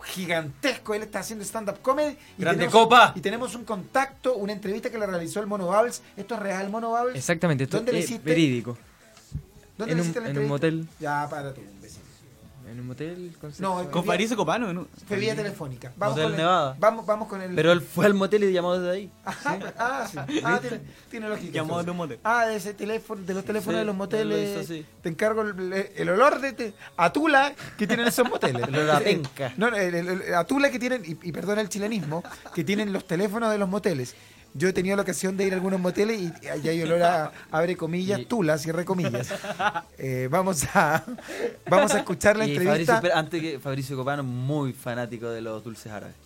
A: gigantesco. Él está haciendo stand-up comedy.
G: Grande
A: tenemos-
G: copa.
A: Y tenemos un contacto, una entrevista que le realizó el Mono Babels. ¿Esto es real, Mono Babels?
H: Exactamente, esto
A: ¿Dónde lo
H: es
A: hiciste?
H: verídico.
A: ¿Dónde
H: en
A: le
H: un-
A: hiciste la
H: en un
A: entrevista?
H: motel.
A: Ya, para tú, un besito.
H: En un motel con
A: No,
H: sexo-
A: con Fue Fabricio
E: Copano.
A: Fue vía telefónica.
G: Motel
A: con el-
G: Nevada.
A: vamos, vamos con el.
G: Pero él fue al motel y llamó desde ahí.
A: Ajá, ah, sí.
G: *laughs*
A: Ah, tiene, tiene lógica.
G: Llamó
A: entonces.
G: de un motel.
A: Ah, de ese teléfono, de los teléfonos
G: Sí,
A: de los
G: él lo hizo
A: moteles.
G: así.
A: Te encargo el, el olor de te- a tula que tienen esos moteles.
G: *laughs* El olor a penca.
A: No, no, el, el- el- a tula que tienen, y, y perdona el chilenismo, que tienen los teléfonos de los moteles. Yo he tenido la ocasión de ir a algunos moteles y y ahí hay olor a, abre comillas, tula, cierre comillas. Eh, vamos, a, vamos a escuchar la
G: *laughs* Y
A: entrevista.
G: Fabricio, pero antes que Fabricio Copano, muy fanático de los dulces árabes.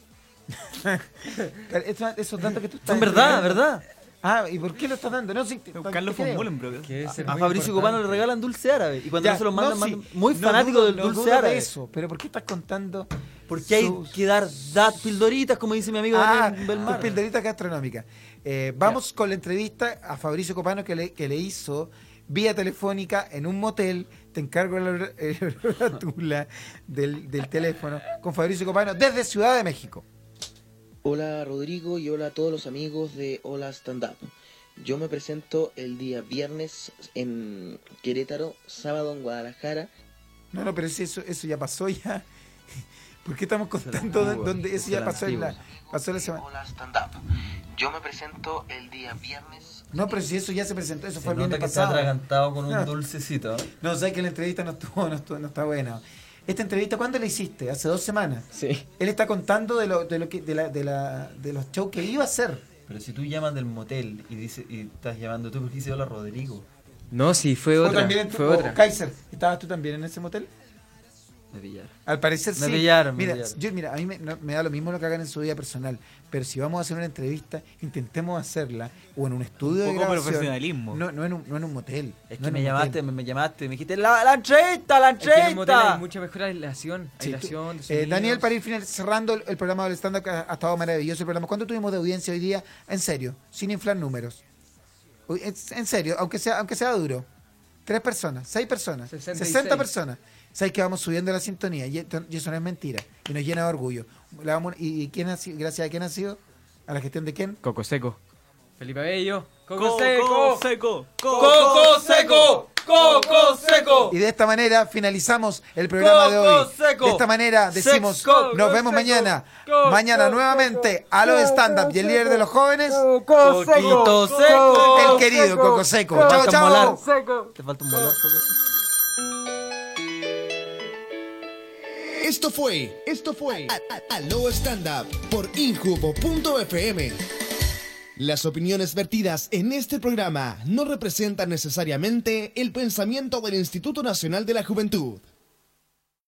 A: *laughs* Pero eso- esos datos que tú estás.
G: Son verdad,
A: entregando-
G: verdad.
A: Ah, ¿y por qué lo estás dando? No, sí, te-
E: Carlos
A: te
E: von
A: creo.
E: Molenbroek.
G: A Fabricio Copano le regalan dulce árabe. Y cuando
A: Ya,
G: no se los mandan,
A: no, sí.
G: mandan- muy
A: No
G: fanático
A: dudo-
G: del
A: no
G: dulce
A: dudo de
G: árabe.
A: eso, pero ¿por qué estás contando?
G: Porque hay
A: sus-
G: que dar dat pildoritas, como dice mi amigo
A: Ah,
G: Daniel Belmar.
A: tus pildoritas gastronómicas. Eh, vamos con la entrevista a Fabricio Copano que le, que le hizo vía telefónica en un motel. Te encargo el olor- el olor a tula del, del teléfono con Fabricio Copano desde Ciudad de México.
O: Hola Rodrigo y hola a todos los amigos de Hola Stand Up. Yo me presento el día viernes en Querétaro, sábado en Guadalajara.
A: No, no, pero si eso, eso ya pasó ya. *laughs* ¿Por qué estamos contando
O: antigua,
A: donde
O: esa
A: eso
O: es
A: ya
O: la
A: pasó en la,
O: antigua.
A: pasó la semana?
O: Hola Stand Up. Yo me presento el día viernes.
A: No, pero si eso ya se presentó, eso
G: Se
A: fue el
G: nota
A: viernes
G: que está
A: pasado.
G: atragantado con un
A: No.
G: dulcecito. ¿eh?
A: No, sé que la entrevista no estuvo, no estuvo- no está buena. Esta entrevista, ¿cuándo la hiciste? Hace dos semanas.
O: Sí.
A: Él está contando de lo, de lo que, de la, de la, de los shows que iba a hacer.
G: Pero si tú llamas del motel y dice, y estás llamando tú porque dice hola Rodrigo.
H: No, sí, fue
A: ¿O
H: otra.
A: eh. también en tu-
H: fue
A: o
H: otra.
A: Kaiser, ¿estabas tú también en ese motel?
G: Me pillaron.
A: Al parecer
G: Me
A: sí.
G: pillaron, me
A: mira,
G: pillaron.
A: yo- mira, a mí me, no- me da lo mismo lo que hagan en su vida personal, pero si vamos a hacer una entrevista, intentemos hacerla o en un estudio
E: Un
A: de
E: poco
A: grabación.
E: profesionalismo.
A: No, no en un, no en un motel.
G: Es
A: no
G: que
A: en
G: me
A: un
G: llamaste,
A: motel.
G: me, me llamaste, me dijiste la, la entrevista, la
H: Es que en un motel hay
G: entrevista.
H: mucha mejor aislación.
A: Sí, tú-
H: aislación de
A: eh,
H: sonidos.
A: Daniel, para ir final- cerrando el, el programa del stand-up, que ha, ha estado maravilloso el programa. ¿Cuánto tuvimos de audiencia hoy día? En serio, sin inflar números. Uy, En en serio, aunque sea, aunque sea duro. Tres personas, seis personas,
H: 66.
A: 60 personas. Sabes que vamos subiendo la sintonía y, esto- y eso no es mentira. Y nos llena de orgullo. La vamos- y, y quién ha sido? gracias a quién ha sido? ¿A la gestión de quién?
H: Coco Seco. Felipe Bello. Coco
E: Coco
H: Seco.
E: seco.
H: Coco Seco.
G: Coco seco.
A: Y de esta manera finalizamos el programa de hoy.
G: Coco seco.
A: De esta manera decimos,
G: Sexo.
A: nos
G: Coco
A: vemos
G: seco.
A: mañana.
G: Coco
A: mañana
G: seco.
A: nuevamente a lo stand-up y el líder de los jóvenes.
G: Coco seco. Coquito seco.
A: El querido
G: Seco.
A: Coco Seco.
G: Te
A: Chao,
G: falta un
A: chao.
G: molar. Te falta un molar, Coco.
D: Esto fue, esto fue A- A- Aló Stand Up por Injubo.fm. Las opiniones vertidas en este programa no representan necesariamente el pensamiento del Instituto Nacional de la Juventud.